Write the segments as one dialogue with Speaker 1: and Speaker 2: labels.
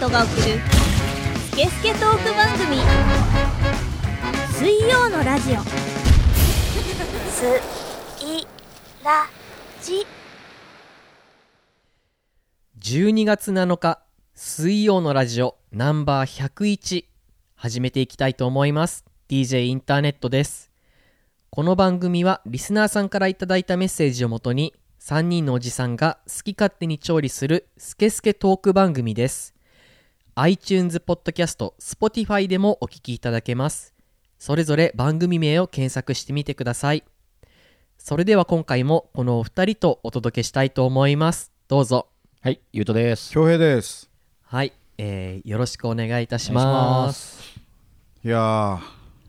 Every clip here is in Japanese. Speaker 1: トが送るスケスケトーク番組水曜のラジオ
Speaker 2: すいらじ
Speaker 3: 12月7日水曜のラジオナンバー101始めていきたいと思います DJ インターネットですこの番組はリスナーさんからいただいたメッセージをもとに3人のおじさんが好き勝手に調理するスケスケトーク番組です iTunes ポッドキャスト Spotify でもお聞きいただけますそれぞれ番組名を検索してみてくださいそれでは今回もこのお二人とお届けしたいと思いますどうぞ
Speaker 4: はい、ゆうとです。
Speaker 5: 恭平です
Speaker 3: はい、えーよろしくお願いいたします。
Speaker 5: いやー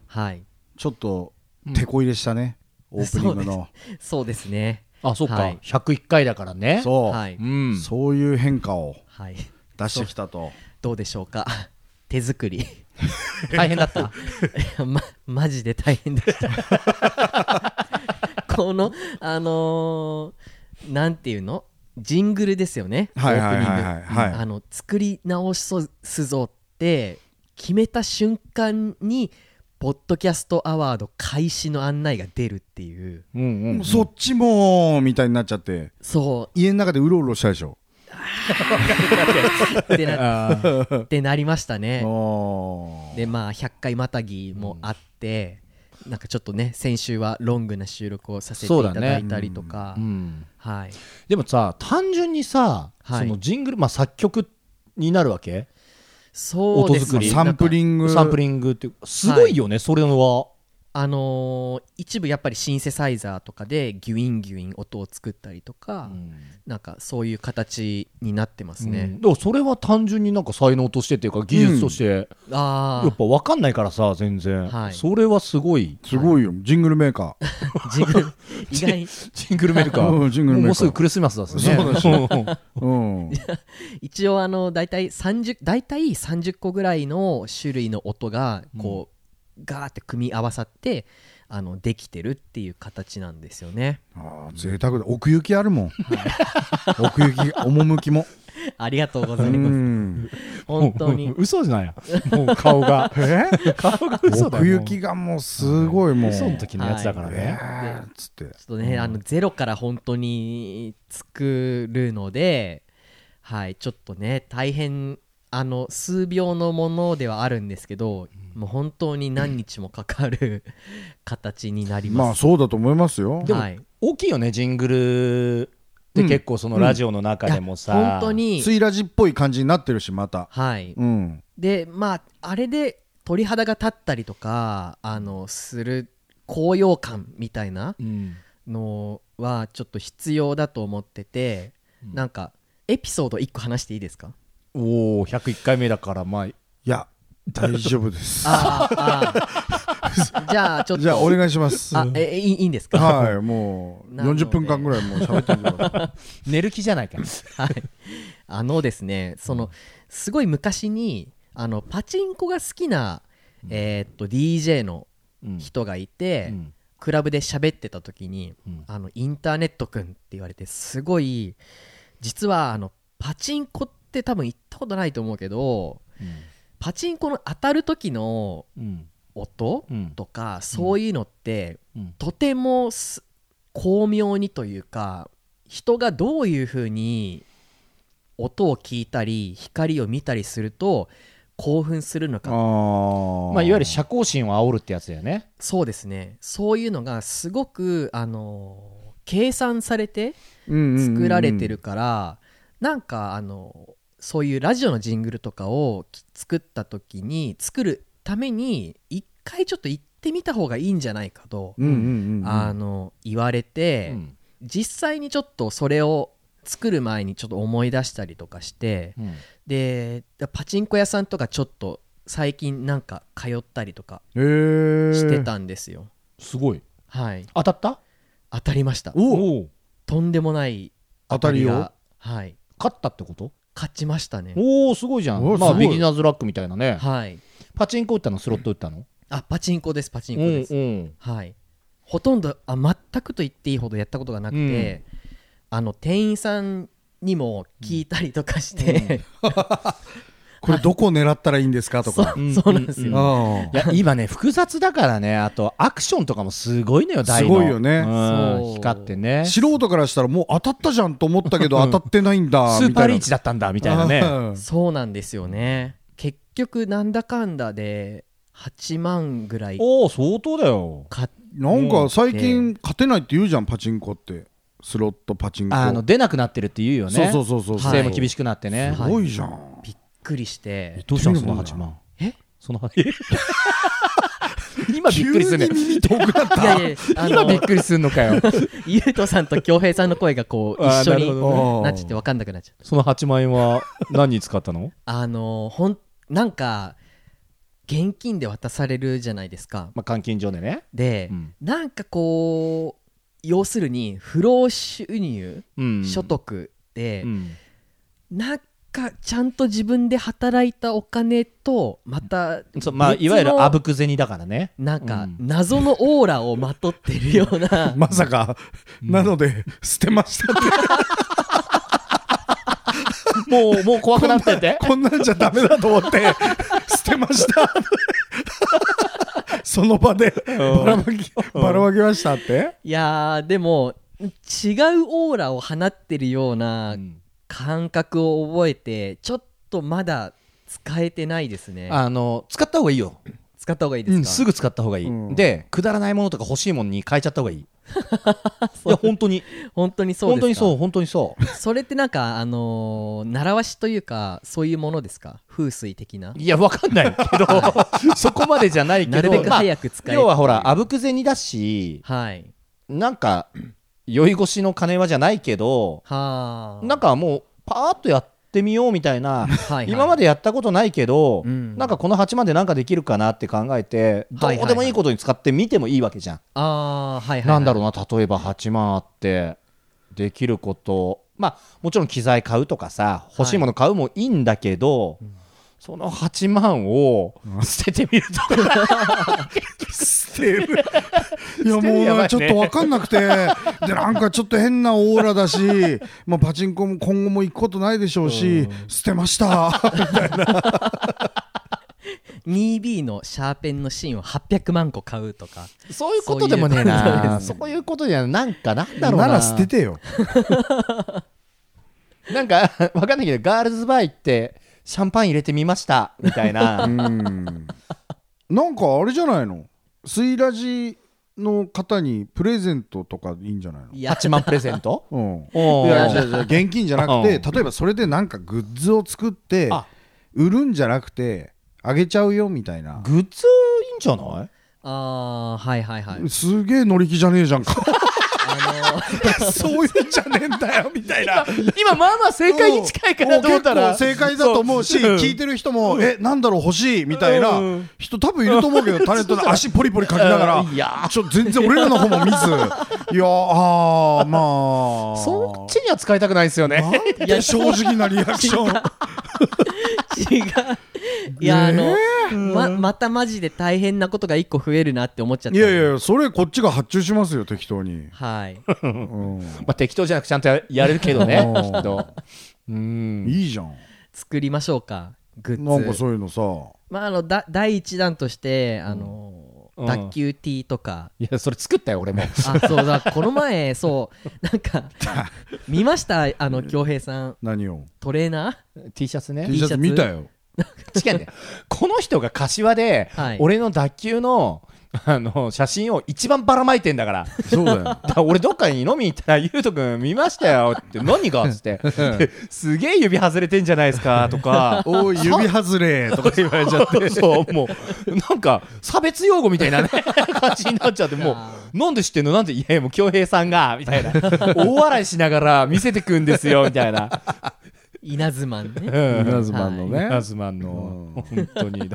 Speaker 3: はい、
Speaker 5: ちょっと手こ入れしたね、オープニングの
Speaker 3: そうですね。
Speaker 4: あ、そっ
Speaker 3: は
Speaker 4: か
Speaker 3: い。
Speaker 4: 百一回だからね。う。
Speaker 5: そう、
Speaker 3: はい、
Speaker 4: ん。
Speaker 5: そういう変化を
Speaker 3: はい、
Speaker 5: 出してきたと
Speaker 3: どうでしょうか。 手作り、
Speaker 4: 大変だった。
Speaker 3: ま、マジで大変でした。 この、あのーなんていうの、ジングルですよね。
Speaker 5: はいはいは
Speaker 3: オ
Speaker 5: いはい
Speaker 3: ープニング
Speaker 5: はい
Speaker 3: あの作り直しそうすぞって決めた瞬間に。ポッドキャストアワード開始の案内が出るっていう
Speaker 4: うんう
Speaker 5: もうそっちもみたいになっちゃって
Speaker 3: そ
Speaker 5: 家の中でうろうろしたでしょ
Speaker 3: うってな
Speaker 4: あー
Speaker 3: ってなりました ね
Speaker 5: あ
Speaker 3: でまあ100回またぎもあって、なんかちょっとね先週はロングな収録をさせて
Speaker 4: そう
Speaker 3: い
Speaker 4: だ
Speaker 3: た
Speaker 4: ね
Speaker 3: だいたりとか、
Speaker 4: うん。
Speaker 3: はい
Speaker 4: でもさ、単純にさ、
Speaker 3: はい
Speaker 4: そのジングル、まあ作曲になるわけ。
Speaker 3: そうです
Speaker 4: 音作
Speaker 5: ー
Speaker 4: り
Speaker 5: サンプ
Speaker 3: ング
Speaker 5: リング
Speaker 4: サンプリングっていうすごいよね、それは。
Speaker 3: あのー一部やっぱりシンセサイザーとかでギュインギュイン音を作ったりとか、なんかそういう形になってます
Speaker 4: う
Speaker 3: ね
Speaker 4: ん、でもそれは単純になんか才能としてっていうか技術として、
Speaker 3: あ
Speaker 4: やっぱ分かんないからさ全然、
Speaker 3: はい
Speaker 4: それはすごい
Speaker 5: すごいよジングルメーカー
Speaker 3: あ自 分意外に
Speaker 4: ジングルメーカー
Speaker 5: うんジングルメーカー
Speaker 4: もうすぐクリスマスだしね
Speaker 5: そうだしうん
Speaker 3: 一応あの大体30大体30個ぐらいの種類の音がこう、ガーって組み合わさってあのできてるっていう形なんですよね。
Speaker 5: あー贅沢だ奥行きあるもん奥行き趣も
Speaker 3: ありがとうご
Speaker 5: う
Speaker 3: ざいます。
Speaker 5: ん
Speaker 3: 本当に
Speaker 4: もう 嘘じゃないやもう顔が顔が嘘だよ
Speaker 5: 奥行きがもうすごいもう
Speaker 4: 嘘の時のやつだからね、
Speaker 5: えーっつって
Speaker 3: ちょっとね、あのゼロから本当に作るので、はい、ちょっとね大変あの数秒のものではあるんですけど、もう本当に何日もかかる 形になり
Speaker 5: ま
Speaker 3: ま
Speaker 5: あ
Speaker 3: す。
Speaker 5: そうだと思いますよ
Speaker 4: でも
Speaker 3: はい
Speaker 4: 大きいよねジングルって結構そのラジオの中でもさ、
Speaker 3: いや本当に
Speaker 5: スイラジっぽい感じになってるしまた
Speaker 3: はい、
Speaker 5: うん
Speaker 3: でまああれで鳥肌が立ったりとかあのする高揚感みたいな
Speaker 4: うん
Speaker 3: のはちょっと必要だと思ってて、なんかエピソード1個話していいですか
Speaker 4: おお101回目だからまあ
Speaker 5: いや大丈夫です
Speaker 3: ああああ じゃあちょっと
Speaker 5: じゃあお願いします
Speaker 3: あええいいいいんですか、
Speaker 5: はいもう
Speaker 3: なので
Speaker 5: 40分間ぐらいもう喋って るから
Speaker 4: 寝る気じゃないから
Speaker 3: はい、あのですねそのすごい昔にあのパチンコが好きな、えーっと DJ の
Speaker 4: うん
Speaker 3: 人がいて、
Speaker 4: うん
Speaker 3: クラブで喋ってた時に、
Speaker 4: うん
Speaker 3: あのインターネットくんって言われてすごい実はあのパチンコって多分行ったことないと思うけどパチンコの当たる時の
Speaker 4: うん
Speaker 3: 音
Speaker 4: うん
Speaker 3: とか、そういうのって、
Speaker 4: うん
Speaker 3: とてもす巧妙にというか人がどういうふうに音を聞いたり光を見たりすると興奮するのか
Speaker 5: あ
Speaker 4: まあいわゆる社交心を煽るってやつだよね
Speaker 3: そうですねそういうのがすごくあのー計算されて作られてるから、なんかあのそういうラジオのジングルとかをき作った時に作るために一回ちょっと行ってみた方がいいんじゃないかと、
Speaker 5: うんうんうん
Speaker 3: あの言われて、
Speaker 4: うん
Speaker 3: 実際にちょっとそれを作る前にちょっと思い出したりとかして
Speaker 4: うん
Speaker 3: でパチンコ屋さんとかちょっと最近なんか通ったりとか
Speaker 5: へー
Speaker 3: してたんですよ、
Speaker 4: すごい
Speaker 3: はい
Speaker 4: 当たった
Speaker 3: 当たりました
Speaker 4: おお
Speaker 3: とんでもない
Speaker 5: 当たり
Speaker 3: が
Speaker 5: を
Speaker 3: はい
Speaker 4: 勝ったってこと
Speaker 3: 勝ちましたね
Speaker 4: おおすごいじゃん
Speaker 5: おー
Speaker 4: まあ
Speaker 5: すごい
Speaker 4: ビギナーズラックみたいなね
Speaker 3: はい
Speaker 4: パチンコ打ったのスロット打ったの
Speaker 3: あパチンコですパチンコです、
Speaker 4: うん
Speaker 3: はいほとんどあ全くと言っていいほどやったことがなくて、 あの店員さんにも聞いたりとかして、
Speaker 5: これどこ狙ったらいいんですかと
Speaker 3: そ
Speaker 5: か。
Speaker 3: うそうなんです
Speaker 5: う
Speaker 3: よ、
Speaker 5: ん
Speaker 3: そう
Speaker 4: いや 今ね複雑だからねあとアクションとかもすごいのよ大の
Speaker 5: すごいよね
Speaker 4: うん
Speaker 3: そう
Speaker 4: 光ってねス
Speaker 5: 素人からしたらもう当たったじゃんと思ったけど当たってないんだ
Speaker 4: ー
Speaker 5: み
Speaker 4: パー
Speaker 5: たいな
Speaker 4: リーチだったんだみたいな ね
Speaker 5: あー
Speaker 3: なんですよね結局なんだかんだで8万ぐらい
Speaker 4: おお相当だよ
Speaker 3: 買っ
Speaker 5: なんか最近勝てないって言うじゃんパチンコってスロットパチンコ
Speaker 4: あの出なくなってるって言うよね
Speaker 5: そうそう
Speaker 4: う
Speaker 5: そうそう
Speaker 3: はい
Speaker 4: 規制も厳しくなってね
Speaker 5: すごいじゃん
Speaker 3: びっくりして
Speaker 4: どうしたの
Speaker 5: 急
Speaker 4: そ
Speaker 5: に
Speaker 4: の
Speaker 5: もんだ
Speaker 4: 8万
Speaker 3: え
Speaker 4: その 今びっくりするね
Speaker 5: 耳遠くなっ
Speaker 3: いやいやあ
Speaker 4: 今
Speaker 3: の
Speaker 4: びっくりするのか よ
Speaker 3: ゆうとさんと恭平さんの声がこう
Speaker 4: あー
Speaker 3: 一緒
Speaker 4: なる
Speaker 3: に
Speaker 4: ほどね
Speaker 3: なっちゃって分かんなくなっちゃう
Speaker 4: その8万円は何に使ったの
Speaker 3: あのーほんなんか現金で渡されるじゃないですか
Speaker 4: まあ監禁所でね
Speaker 3: で、
Speaker 4: うん
Speaker 3: なんかこう要するに不労収入、
Speaker 4: うん
Speaker 3: 所得で
Speaker 4: う、ん
Speaker 3: なんかちゃんと自分で働いたお金とまた
Speaker 4: そうまあ
Speaker 3: 別の
Speaker 4: いわゆるあぶく銭だからね
Speaker 3: なんか
Speaker 4: うん
Speaker 3: 謎のオーラをまとってるような
Speaker 5: まさかなので捨てましたって
Speaker 4: もうもう怖くなって て
Speaker 5: こんなんじゃダメだと思って 捨てました その場でばらまきばらまきましたって
Speaker 3: いやーでも違うオーラを放ってるような
Speaker 4: うん
Speaker 3: 感覚を覚えてちょっとまだ使えてないですね
Speaker 4: あの使った方がいいよ
Speaker 3: 使った方がいいで
Speaker 4: う
Speaker 3: す
Speaker 4: ん
Speaker 3: か、
Speaker 4: すぐ使った方がいい、
Speaker 5: うん
Speaker 4: でくだらないものとか欲しいものに変えちゃった方がいいいや本当に
Speaker 3: 本当に そうですか
Speaker 4: 本当にそう本当にそう
Speaker 3: それってなんかあのー習わしというかそういうものですか風水的ない
Speaker 4: やわかんないけ どそこまでじゃないけ
Speaker 3: な
Speaker 4: ど
Speaker 3: るべく
Speaker 4: まあ
Speaker 3: 早く使える
Speaker 4: 要はほらあぶく銭だし
Speaker 3: はい
Speaker 4: なんか酔い越しの金はじゃないけど
Speaker 3: はあ
Speaker 4: なんかもうパーッとやってみようみたいな
Speaker 3: はいはい
Speaker 4: 今までやったことないけど、
Speaker 3: うん
Speaker 4: なんかこの8万でなんかできるかなって考えてど
Speaker 3: はいはいはいう
Speaker 4: でもいいことに使ってみてもいいわけじゃん、
Speaker 3: ああはいはい、はい、
Speaker 4: なんだろうな例えば8万あってできることまあもちろん機材買うとかさ欲しいもの買うもいいんだけど、その8万を捨ててみるとか、
Speaker 5: 捨てる いやもう
Speaker 4: 捨てるやばい
Speaker 5: ね
Speaker 4: ね
Speaker 5: ちょっと分かんなくてでなんかちょっと変なオーラだし、まあ、パチンコも今後も行くことないでしょうし捨てました
Speaker 3: 2 b のシャーペンの芯を800万個買うとか
Speaker 4: そういうことでもねえな
Speaker 3: そ
Speaker 4: そう
Speaker 3: いうことですね
Speaker 4: ういうことじゃなんかなんだ
Speaker 5: な
Speaker 4: ろうな
Speaker 5: ら捨ててよ
Speaker 4: なんかわかんないけどガールズバー行ってシャンパン入れてみましたみたい な
Speaker 5: うんなんかあれじゃないのスイラジの方にプレゼントとかいいんじゃないの
Speaker 3: いや
Speaker 4: 8万プレゼント
Speaker 5: うん
Speaker 4: おー
Speaker 5: いやじゃあじゃあ現金じゃなくて
Speaker 4: う
Speaker 5: 例えばそれでなんかグッズを作って
Speaker 4: あ
Speaker 5: 売るんじゃなくてあげちゃうよみたいな
Speaker 4: グッズいいんじゃない
Speaker 3: ああはいはいはい
Speaker 5: すげえ乗り気じゃねえじゃんか
Speaker 3: あのー
Speaker 5: そういうんじゃねえんだよみたい な
Speaker 4: 今まあまあ正解に近いかなと思ったら
Speaker 5: もう結構正解だと思うし
Speaker 4: そううん
Speaker 5: 聞いてる人もえなんだろう欲しいみたいな
Speaker 4: うん
Speaker 5: 人多分いると思うけどタレントで足ポリポリかきながら
Speaker 4: うんいやー
Speaker 5: ちょ全然俺らの方も見ずいやあーまあ
Speaker 4: そっちには使いたくないですよね
Speaker 5: なんて正直なリアクション
Speaker 3: 違ういやあの、ままたマジで大変なことが1個増えるなって思っちゃった
Speaker 5: いやいやいやそれこっちが発注しますよ適当に、
Speaker 3: はい
Speaker 5: うん、
Speaker 4: まあ、適当じゃなくちゃんとややれるけどね
Speaker 5: うん
Speaker 4: きっとうん
Speaker 5: いいじゃん
Speaker 3: 作りましょうかグッズ
Speaker 5: なんかそういうのさ
Speaker 3: まああのだ第一弾としてあの、
Speaker 4: うん
Speaker 3: 卓球 T とか、
Speaker 4: いやそれ作ったよ俺も
Speaker 3: あそうだこの前 そうなんか見ましたあの恭平さん
Speaker 5: 何を
Speaker 3: トレーナ
Speaker 4: T シャツね
Speaker 5: T シャツ見たよ
Speaker 4: 違うんだよこの人が柏で、
Speaker 3: はい
Speaker 4: 俺の脱臼のあの写真を一番ばらまいてんだから
Speaker 5: そうだ よ
Speaker 4: だから俺どっかに飲みに行ったら「ゆうとくん見ましたよ」って「何が?」っつって「すげえ指外れてんじゃないですか」と か
Speaker 5: おい指外れとか言われちゃって
Speaker 4: そうもうなんか差別用語みたいなね 感じになっちゃってもうなんで知ってんのなんでいやいやもう恭平さんがみたい な大笑いしながら見せてくんですよみたいな
Speaker 3: ー稲妻 ね
Speaker 5: 稲妻のね、
Speaker 4: ナズマンの本当に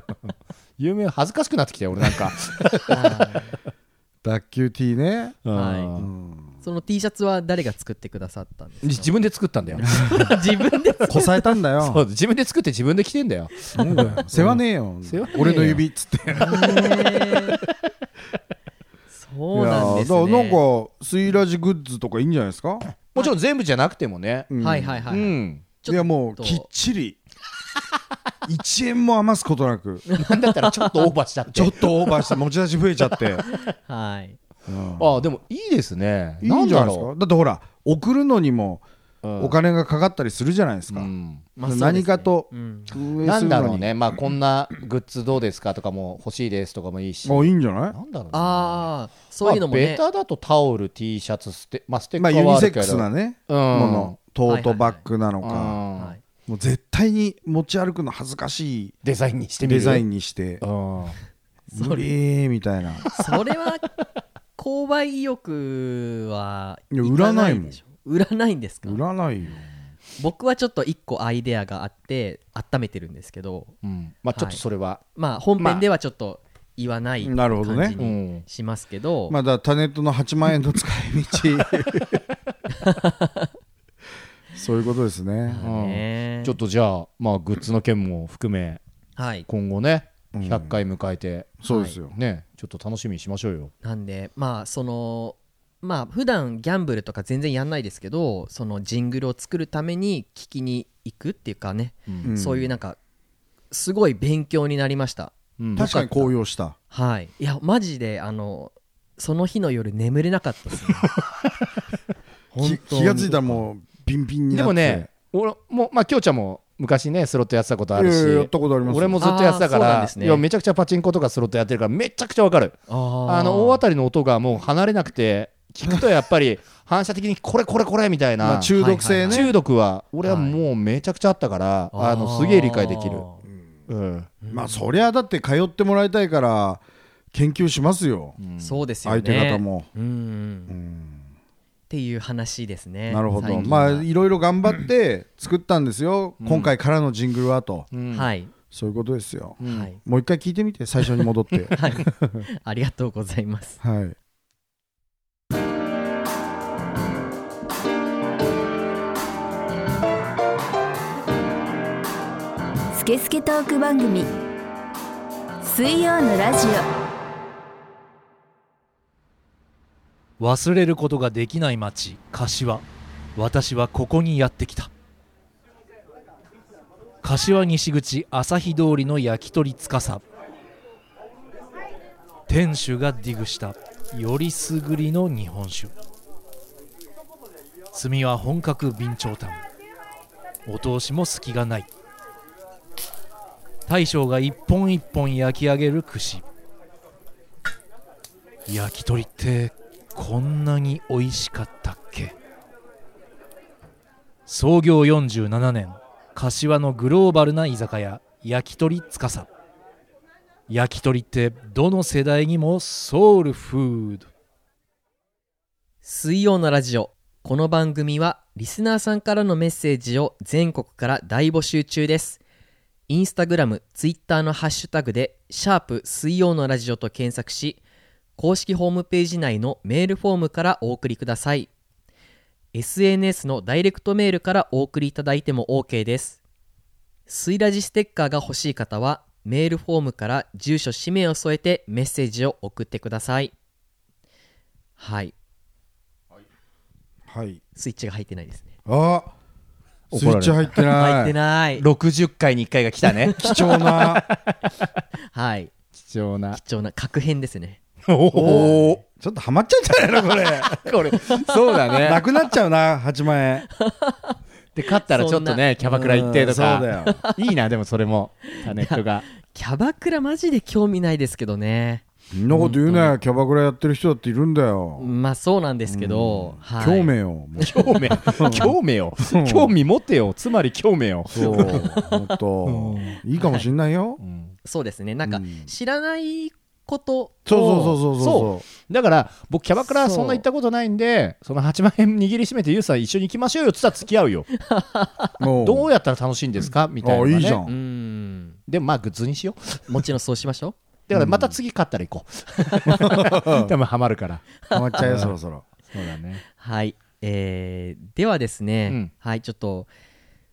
Speaker 4: 有名恥ずかしくなってきたよ俺なん か
Speaker 3: は
Speaker 5: 卓球 T ね
Speaker 3: はその T シャツは誰が作ってくださったんです
Speaker 4: い自分で作ったんだよ
Speaker 3: か自分で
Speaker 5: こさえたんだ
Speaker 4: そ
Speaker 5: よ
Speaker 4: う自分で作って自分で着てんだよ
Speaker 5: そうだよ世話ねえよ
Speaker 4: 世話ねえよ
Speaker 5: 俺の指っつって
Speaker 3: そうなんですね
Speaker 5: いやだからなんかスイラジグッズとかいいんじゃないですか、
Speaker 4: もちろん全部じゃなくてもね
Speaker 5: うん
Speaker 3: はいはいはい、
Speaker 4: うん
Speaker 3: ちょっと
Speaker 5: いやもうきっちり1円も余すことなく
Speaker 4: なんだったらちょっとオーバーしちゃって
Speaker 5: ちょっとオーバーした持ち出し増えちゃ って、
Speaker 3: はい。
Speaker 5: うん
Speaker 4: あでもいいですね
Speaker 5: いいんじゃないです
Speaker 4: ん
Speaker 5: かだってほら送るのにも
Speaker 4: だろううん
Speaker 5: お金がかかったりするじゃないですか、
Speaker 4: うん
Speaker 3: まあそうですね
Speaker 5: 何かと
Speaker 3: うん
Speaker 5: 運営
Speaker 4: な
Speaker 5: す
Speaker 4: ん
Speaker 5: る
Speaker 4: だ
Speaker 5: の
Speaker 4: ろう
Speaker 5: に
Speaker 4: ねまあこんなグッズどうですかとかも欲しいですとかもいいし
Speaker 5: あいいんじゃない
Speaker 4: なんだろうね
Speaker 3: ああ、そういうのも
Speaker 4: まあベ
Speaker 3: ね。
Speaker 4: タだとタオル T シャツステまあステッ
Speaker 5: ま
Speaker 4: カ
Speaker 5: あ
Speaker 4: ー
Speaker 5: ユ
Speaker 4: は
Speaker 5: ニ
Speaker 4: あ
Speaker 5: セ
Speaker 4: る
Speaker 5: ッ
Speaker 4: け
Speaker 5: ク
Speaker 4: ど
Speaker 5: スなね、
Speaker 4: うん
Speaker 5: ものトートバッグなのか、
Speaker 4: うん
Speaker 3: はい
Speaker 5: もう絶対に持ち歩くの恥ずかしい
Speaker 4: デザインにしてみ
Speaker 5: デ
Speaker 4: る
Speaker 5: ザインにして
Speaker 4: うん
Speaker 5: 無理みたいな
Speaker 3: それは購買意欲はい
Speaker 5: や
Speaker 3: いかないでしょ売らないんですか
Speaker 5: 売らないよ
Speaker 3: 僕はちょっと一個アイデアがあって温めてるんですけど
Speaker 4: うんまあちょっとそれは
Speaker 3: まあ本編ではちょっと言わない
Speaker 5: まあなるほ
Speaker 3: 感
Speaker 5: どね
Speaker 3: じにしますけど、
Speaker 5: まあだからタネットの8万円の使い 道そういうことですね
Speaker 3: まあね
Speaker 4: ちょっとじゃあまあグッズの件も含め
Speaker 3: はい
Speaker 4: 今後ね
Speaker 5: うん
Speaker 4: 100回迎えて
Speaker 5: そうですよ、
Speaker 4: ねちょっと楽しみにしましょうよ
Speaker 3: なんでまあそのまあ普段ギャンブルとか全然やんないですけどそのジングルを作るために聞きに行くっていうかね、
Speaker 5: うん
Speaker 3: そういうなんかすごい勉強になりました
Speaker 4: うん
Speaker 5: 確かに高揚した
Speaker 3: はいいやマジであのその日の夜眠れなかったです ね
Speaker 5: き気がついたらもうビンビンに
Speaker 4: で
Speaker 5: なって
Speaker 4: もね俺もまあきょうちゃんも昔ねスロットやってたことある
Speaker 5: い
Speaker 4: し
Speaker 5: やいややったことありますよ
Speaker 4: 俺もずっとやってたか
Speaker 3: あーそうなん
Speaker 4: ら
Speaker 3: ですね
Speaker 4: いやめちゃくちゃパチンコとかスロットやってるからめちゃくちゃわかる
Speaker 3: あ
Speaker 4: あの大当たりの音がもう離れなくて聞くとやっぱ り反射的にこれこれこれみたい
Speaker 5: まあ、
Speaker 4: な中
Speaker 5: 中毒性ね、
Speaker 3: はい
Speaker 4: 毒は俺はもうめちゃくちゃあったからあのすげえ理解できるうん
Speaker 5: まあそりゃだって通ってもらいたいから研究しますよ、
Speaker 4: うん
Speaker 3: そうですよね
Speaker 5: 相手方も、
Speaker 3: うん
Speaker 5: う
Speaker 3: うん
Speaker 5: ん
Speaker 3: っていう話ですね
Speaker 5: なるほ
Speaker 3: 最
Speaker 5: ど
Speaker 3: 近
Speaker 5: ま
Speaker 3: は
Speaker 5: あいろいろ頑張って作ったんですよ、今回からのジングルはと
Speaker 4: うん
Speaker 3: はい、
Speaker 5: そういうことですよ、
Speaker 4: うん
Speaker 3: はい
Speaker 5: もう一回聞いてみて最初に戻って
Speaker 3: はい、ありがとうございます
Speaker 5: はい
Speaker 2: スケスケトーク番組水曜のラジ
Speaker 6: 忘れることができない町柏私はここにやってきた柏西口朝日通りの焼き鳥司店主がディグしたよりすぐりの日本酒炭は本格備長炭お通しも隙がない大将が一本一本焼き上げる串焼き鳥ってこんなに美味しかったっけ創業47年柏のグローバルな居酒屋焼き鳥つかさ焼き鳥ってどの世代にもソウルフード
Speaker 3: 水曜のラジオこの番組はリスナーさんからのメッセージを全国から大募集中ですインスタグラムツイッターのハッシュタグで「シャープ水曜のラジオ」と検索し公式ホームページ内のメールフォームからお送りください SNS のダイレクトメールからお送りいただいても OK です水ラジステッカーが欲しい方はメールフォームから住所氏名を添えてメッセージを送ってくださいはい
Speaker 5: はい
Speaker 3: スイッチが入ってないですね
Speaker 5: あスイ
Speaker 4: 怒られ
Speaker 5: ッ
Speaker 4: る
Speaker 5: チ入ってない
Speaker 3: 入ってない。
Speaker 4: 60回に1回が来たね
Speaker 5: 貴重な
Speaker 3: はい。
Speaker 4: 貴重な
Speaker 3: 貴重な格変ですね。
Speaker 4: おお
Speaker 5: ちょっとハマっちゃうんじゃないのこれ
Speaker 4: これ そうだね
Speaker 5: なくなっちゃうな8万円
Speaker 4: で勝ったらちょっとねキャバクラ行ってとか
Speaker 5: うんそうだよ
Speaker 4: いいなでもそれ もタネットが
Speaker 3: キャバクラマジで興味ないですけどね。
Speaker 5: そんなこと言うねキャバクラやってる人だっているんだよ、
Speaker 3: まあそうなんですけど。はい
Speaker 5: 興味よも っと
Speaker 4: 興味興味よ興味持てよつまり興味よ
Speaker 5: そうもっといいかもしんないよ、
Speaker 4: うん
Speaker 3: そうですね。なんか
Speaker 5: うん
Speaker 3: 知らないこと。
Speaker 5: そうそうそうそうそう
Speaker 4: だから僕キャバクラ
Speaker 3: そう
Speaker 4: そんな行ったことないんでその8万円握りしめてユウさん一緒に行きましょうよっつったら付き合うよ
Speaker 5: もう
Speaker 4: どうやったら楽しいんですかみたいな、ね、
Speaker 5: あいいじゃん
Speaker 3: うーん。
Speaker 4: でもまあグッズにしよう
Speaker 3: もちろんそう しましょ
Speaker 4: だからまた次買ったら行こ う多分ハマるから
Speaker 5: ハマっちゃうよそろそろ
Speaker 4: そうだ
Speaker 3: う。
Speaker 4: ね
Speaker 3: はい。えーではですね、
Speaker 4: うん
Speaker 3: はいちょっと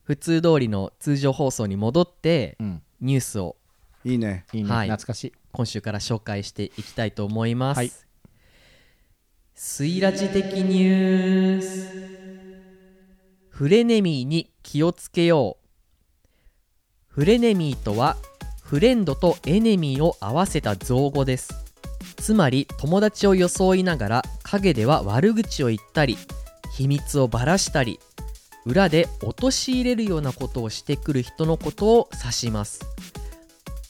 Speaker 3: 普通通りの通常放送に戻って
Speaker 4: うん
Speaker 3: ニュースを
Speaker 5: いいね
Speaker 4: いいね、
Speaker 3: はい
Speaker 4: 懐かしい
Speaker 3: 今週から紹介していきたいと思います、
Speaker 4: はい
Speaker 3: スイラジ的ニュースフレネミーに気をつけようフレネミーとはフレンドとエネミーを合わせた造語ですつまり友達を装いながら陰では悪口を言ったり秘密をばらしたり裏で陥れるようなことをしてくる人のことを指します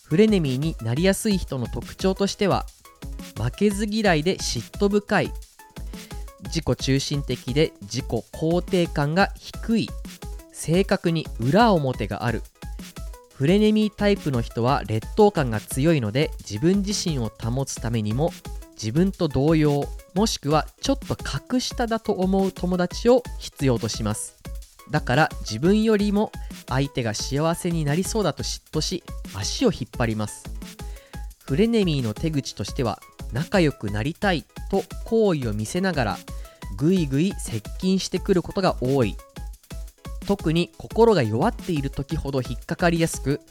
Speaker 3: フレネミーになりやすい人の特徴としては負けず嫌いで嫉妬深い自己中心的で自己肯定感が低い正確に裏表があるフレネミータイプの人は劣等感が強いので自分自身を保つためにも自分と同様もしくはちょっと格下だと思う友達を必要としますだから自分よりも相手が幸せになりそうだと嫉妬し足を引っ張りますフレネミーの手口としては仲良くなりたいと好意を見せながらぐいぐい接近してくることが多い特に心が弱っている時ほど引っかかりやすく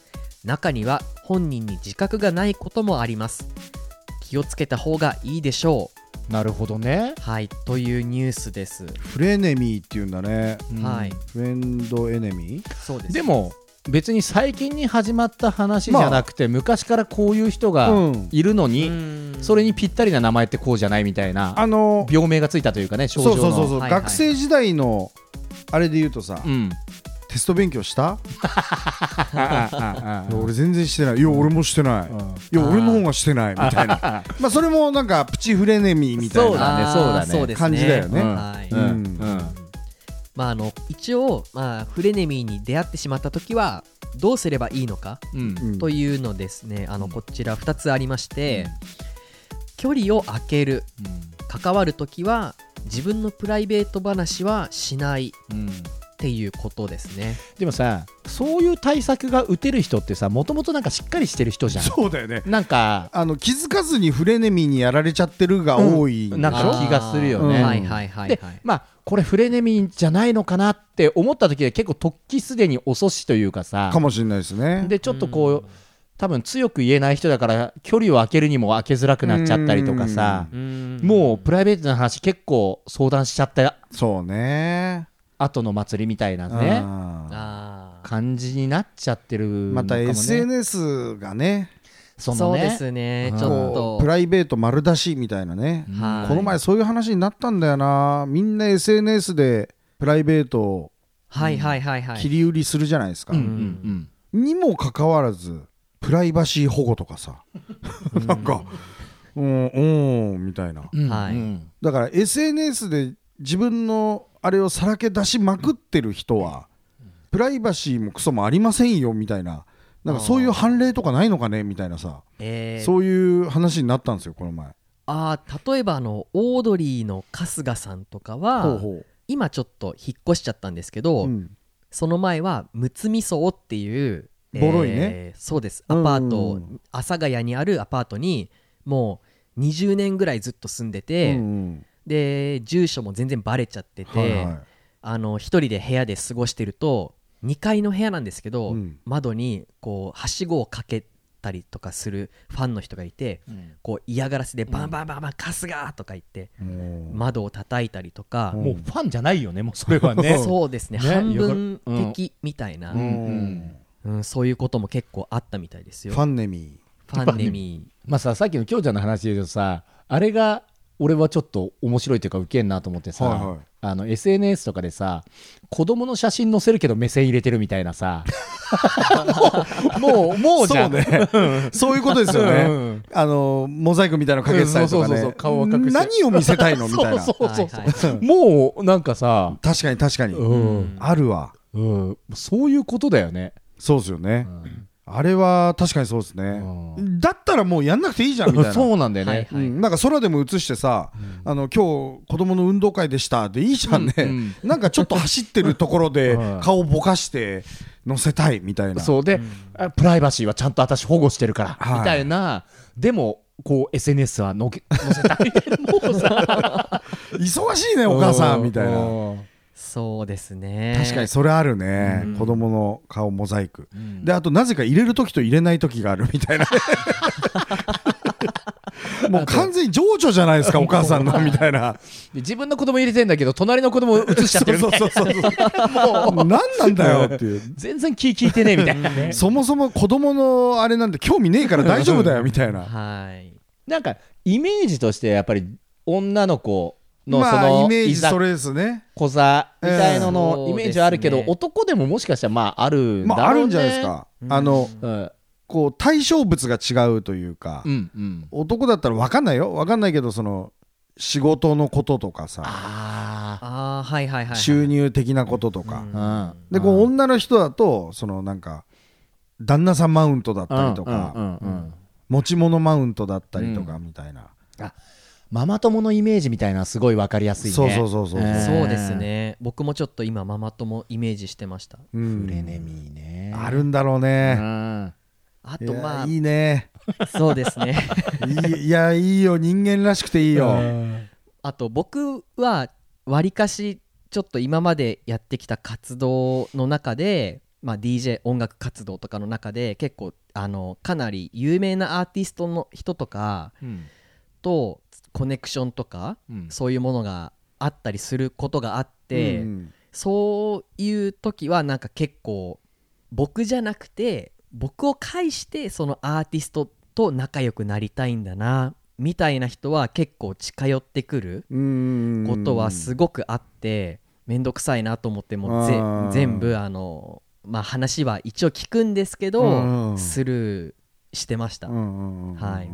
Speaker 3: 中には本人に自覚がないこともあります気をつけた方がいいでしょ
Speaker 4: なるほどね。
Speaker 3: うはいというニュースです、
Speaker 5: フレネミーっていうんだね
Speaker 4: うん
Speaker 3: はい
Speaker 5: フレンドエネミー
Speaker 3: そうです
Speaker 4: でも別に最近に始まった話じゃなくて、昔からこういう人が
Speaker 5: うん
Speaker 4: いるのに、
Speaker 3: うん
Speaker 4: それにぴったりな名前ってこうじゃないみたいな
Speaker 5: あの
Speaker 4: 病名がついたというかね症
Speaker 5: そう
Speaker 4: 状の
Speaker 5: そうそうそう、
Speaker 3: はいはい
Speaker 5: 学生時代のあれで言うとさ、
Speaker 4: うん、
Speaker 5: テスト勉強した
Speaker 4: あ
Speaker 5: いや俺全然してないいや俺もしてない、いや俺の方がしてないみたいな まあそれもなんかプチフレネミーみたい
Speaker 4: そうだ
Speaker 5: な
Speaker 4: ね
Speaker 3: あー
Speaker 4: そうだね
Speaker 3: です
Speaker 5: 感じだよね
Speaker 4: うん
Speaker 3: はい
Speaker 4: うんうん
Speaker 5: う
Speaker 3: まああの一応、まあ、フレネミーに出会ってしまった時はどうすればいいのか
Speaker 4: うん
Speaker 5: うん
Speaker 3: というのですね、あのこちら2つありまして、距離を空ける関わる時は自分のプライベート話はしない
Speaker 4: うん
Speaker 3: っていうことですね
Speaker 4: でもさそういう対策が打てる人ってさもともとなんかしっかりしてる人じゃん
Speaker 5: そうだよね
Speaker 4: なんか
Speaker 5: あの気づかずにフレネミーにやられちゃってるが多い、
Speaker 4: うんなんか気がするよ
Speaker 5: ね
Speaker 3: あーはいはいはい
Speaker 4: で
Speaker 3: はい
Speaker 4: まあこれフレネミーじゃないのかなって思った時で結構時すでに遅しというかさ
Speaker 5: かもしれないですね
Speaker 4: でちょっとこう、多分強く言えない人だから距離を空けるにも空けづらくなっちゃったりとかさ
Speaker 3: う、ん
Speaker 4: もうプライベートな話結構相談しちゃった
Speaker 5: そうね
Speaker 4: 後の祭りみたいなね、
Speaker 5: ね
Speaker 3: あー
Speaker 4: 感じになっちゃってるのか
Speaker 5: ま
Speaker 4: もね、
Speaker 5: た SNS がね
Speaker 4: そ
Speaker 3: そ
Speaker 4: の
Speaker 3: う
Speaker 4: ね
Speaker 3: ですね
Speaker 4: うん
Speaker 3: ちょっ
Speaker 5: ことうプライベート丸出しみたいなね、
Speaker 3: はい
Speaker 5: この前そういう話になったんだよなみんな SNS でプライベートを
Speaker 3: はいはいはいはい
Speaker 5: 切り売りするじゃないですか、
Speaker 4: うんうん
Speaker 5: にもかかわらずプライバシー保護とかさなんかうんうんみたいな
Speaker 4: うんうん
Speaker 3: はい
Speaker 4: うん
Speaker 5: だから SNS で自分のあれをさらけ出しまくってる人はプライバシーもクソもありませんよみたいななんかそういう判例とかないのかねみたいなさ
Speaker 3: えー
Speaker 5: そういう話になったんですよこの前
Speaker 3: あー例えばあのオードリーの春日さんとかは
Speaker 5: ほうほう
Speaker 3: 今ちょっと引っ越しちゃったんですけど、
Speaker 5: うん
Speaker 3: その前はむつみ荘っていう、
Speaker 5: ボロいね
Speaker 3: そうですア
Speaker 5: うん
Speaker 3: パート阿佐ヶ谷にあるアパートにもう20年ぐらいずっと住んでて、
Speaker 5: うん
Speaker 3: で住所も全然バレちゃってて、
Speaker 5: はいはい
Speaker 3: あの一人で部屋で過ごしてると2階の部屋なんですけど、
Speaker 5: うん
Speaker 3: 窓にこうはしごをかけたりとかするファンの人がいてこう嫌がらせでバンバンバンバン「春日!」とか言って
Speaker 5: もう
Speaker 3: 窓を叩いたりとか、
Speaker 5: うん
Speaker 4: もうファンじゃないよねもう それはね
Speaker 3: そうですね
Speaker 4: ね
Speaker 3: 半分敵みたいな、
Speaker 4: う
Speaker 3: うんん
Speaker 4: うん
Speaker 3: そういうことも結構あったみたいですよ
Speaker 5: ファンネミ
Speaker 3: ファンネミー
Speaker 4: まあささっきの京ちゃんの話で言うとさあれが俺はちょっと面白いというかウケんなと思ってさ、
Speaker 5: はいはい
Speaker 4: あの SNS とかでさ子供の写真載せるけど目線入れてるみたいな さもうもうもうじゃん
Speaker 5: そうーそういうことですよね、
Speaker 4: うん
Speaker 5: あのモザイクみたいなのかけてたりとかね、
Speaker 4: うんそうそうそうそう顔を隠して
Speaker 5: 何を見せたいのみたいな
Speaker 4: そうそうそうそう、
Speaker 3: はいは
Speaker 4: もうなんかさ、
Speaker 5: 確かに確かに、
Speaker 4: うん
Speaker 5: あるわ
Speaker 4: うん、そういうことだよね。
Speaker 5: そうですよね、あれは確かにそうですね、
Speaker 4: う
Speaker 5: だったらもうやんなくていいじゃんみたいな
Speaker 4: そうなんだよね。
Speaker 3: はいは
Speaker 5: う
Speaker 3: い
Speaker 5: んなんか空でも映してさ、あの今日子供の運動会でしたでいいじゃんね、
Speaker 4: うん
Speaker 5: なんかちょっと走ってるところ で
Speaker 4: はい
Speaker 5: 顔ぼかして乗せたいみたいな
Speaker 4: そうで、あプライバシーはちゃんと私保護してるから、
Speaker 5: はい
Speaker 4: みたいなでもこう SNS はのけ載せたいもうさ
Speaker 5: 忙しいねお母さんみたいな、
Speaker 4: うん
Speaker 3: そうですね
Speaker 5: 確かにそれあるね、
Speaker 3: うん
Speaker 5: 子供の顔モザイク、 であとなぜか入れる時と入れない時があるみたいなもう完全に情緒じゃないですか、お母さんのみたいな。
Speaker 4: で自分の子供入れてんだけど隣の子供映しちゃってるみたいな
Speaker 5: そうそうそう。もう、何なんだよっていう。
Speaker 4: 全然気聞いてねえみたいな
Speaker 5: そもそも子供のあれなんて興味ねえから大丈夫だよみたいな。
Speaker 3: はい
Speaker 4: なんかイメージとしてやっぱり女の子 のそ
Speaker 5: まあ、
Speaker 4: の
Speaker 5: イメー
Speaker 4: い
Speaker 5: ジ
Speaker 4: ざ
Speaker 5: それですね。
Speaker 4: 小座みたいなの
Speaker 3: うん
Speaker 4: イメージはあるけど、
Speaker 3: そうですね
Speaker 4: 男でももしかしたらまああるん
Speaker 5: ま
Speaker 4: だろう、ね
Speaker 5: あ、あるんじゃないですか。あの、
Speaker 4: うん
Speaker 5: こう、対象物が違うというか
Speaker 4: う、んうん
Speaker 5: 男だったら分かんないよ。分かんないけど、その、仕事のこととかさ、
Speaker 4: あ
Speaker 3: ああはいはいはいはい
Speaker 5: 収入的なこととか。
Speaker 4: あ
Speaker 5: で、こう、女の人だと、その、なんか、旦那さんマウントだったりと
Speaker 4: う
Speaker 5: か、
Speaker 4: んうんうん
Speaker 5: 持ち物マウントだったりとかみたいな。
Speaker 4: ママ友のイメージみたいなすごい分かりやすいね
Speaker 5: そうそうそうそう
Speaker 4: えー
Speaker 3: そうですね僕もちょっと今ママ友イメージしてました
Speaker 5: う
Speaker 4: フレ
Speaker 5: ん。
Speaker 4: ネミーね
Speaker 5: あるんだろう
Speaker 4: う
Speaker 5: ね。
Speaker 4: ん
Speaker 3: あ
Speaker 5: い
Speaker 3: と
Speaker 5: や
Speaker 3: ま
Speaker 5: いいね。
Speaker 3: あそうですね
Speaker 5: いいいや、いいよ。人間らしくていいよ。
Speaker 3: あと僕はわりかしちょっと今までやってきた活動の中で、まあ、DJ 音楽活動とかの中で結構あのかなり有名なアーティストの人とか
Speaker 4: うん
Speaker 3: とコネクションとか
Speaker 4: うん
Speaker 3: そういうものがあったりすることがあって、
Speaker 5: うん
Speaker 3: そういう時はなんか結構僕じゃなくて僕を介してそのアーティストと仲良くなりたいんだなみたいな人は結構近寄ってくる
Speaker 5: うん
Speaker 3: ことはすごくあって面倒くさいなと思ってもうぜ
Speaker 5: あー
Speaker 3: 全部あの、まあ、話は一応聞くんですけ
Speaker 5: うんう
Speaker 3: ど
Speaker 5: ん
Speaker 3: スルーしてました。
Speaker 5: うんうんうんうんうん
Speaker 3: はい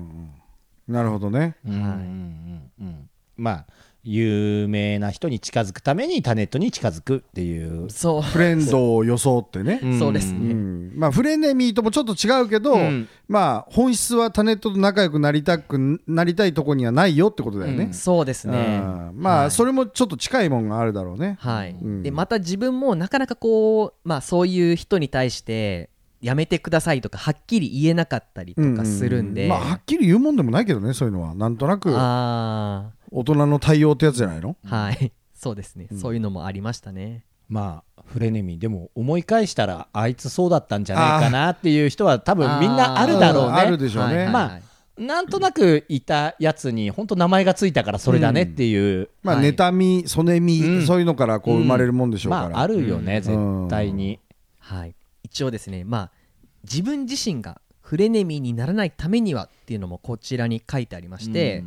Speaker 5: なるほどね
Speaker 4: うんうんうんうんまあ有名な人に近づくためにタネットに近づくっていう
Speaker 3: そう
Speaker 5: フレンドを装って
Speaker 4: う
Speaker 5: ね、
Speaker 4: ん
Speaker 3: そうです
Speaker 5: う
Speaker 3: ね
Speaker 5: んまあ、フレネミーともちょっと違うけど、
Speaker 4: うん
Speaker 5: まあ、本質はタネットと仲良くなりたくなりたいとこにはないよってことだよね,
Speaker 3: そうです
Speaker 5: うん、
Speaker 3: ね。
Speaker 5: まあ、
Speaker 3: はい
Speaker 5: それもちょっと近いもんがあるだろうね、
Speaker 3: はい
Speaker 5: ん
Speaker 3: でまた自分もなかなかこう、まあ、そういう人に対してやめてくださいとかはっきり言えなかったりと
Speaker 5: うん
Speaker 3: かするんで、
Speaker 5: まあ、はっきり言うもんでもないけどねそういうのはなんとなく
Speaker 3: あ
Speaker 5: 大人の対応ってやつじゃないの
Speaker 3: ーはい そうですね、そういうのもありましたね
Speaker 4: まあフレネミーでも思い返したらあいつそうだったんじゃないかなっていう人は多分みんなあるだろうね
Speaker 5: あるでしょうね、
Speaker 3: はいはい
Speaker 4: まあなんとなくいたやつに本当名前がついたからそれだねっていう、
Speaker 5: まあ、
Speaker 3: はい
Speaker 5: 妬み、そねみ、
Speaker 4: うん
Speaker 5: そういうのからこう
Speaker 4: うん
Speaker 5: 生まれるもんでしょうから、
Speaker 4: まああるよね、
Speaker 5: ん
Speaker 4: 絶対に、
Speaker 3: はい、一応ですねまあ自分自身がフレネミーにならないためにはっていうのもこちらに書いてありまして、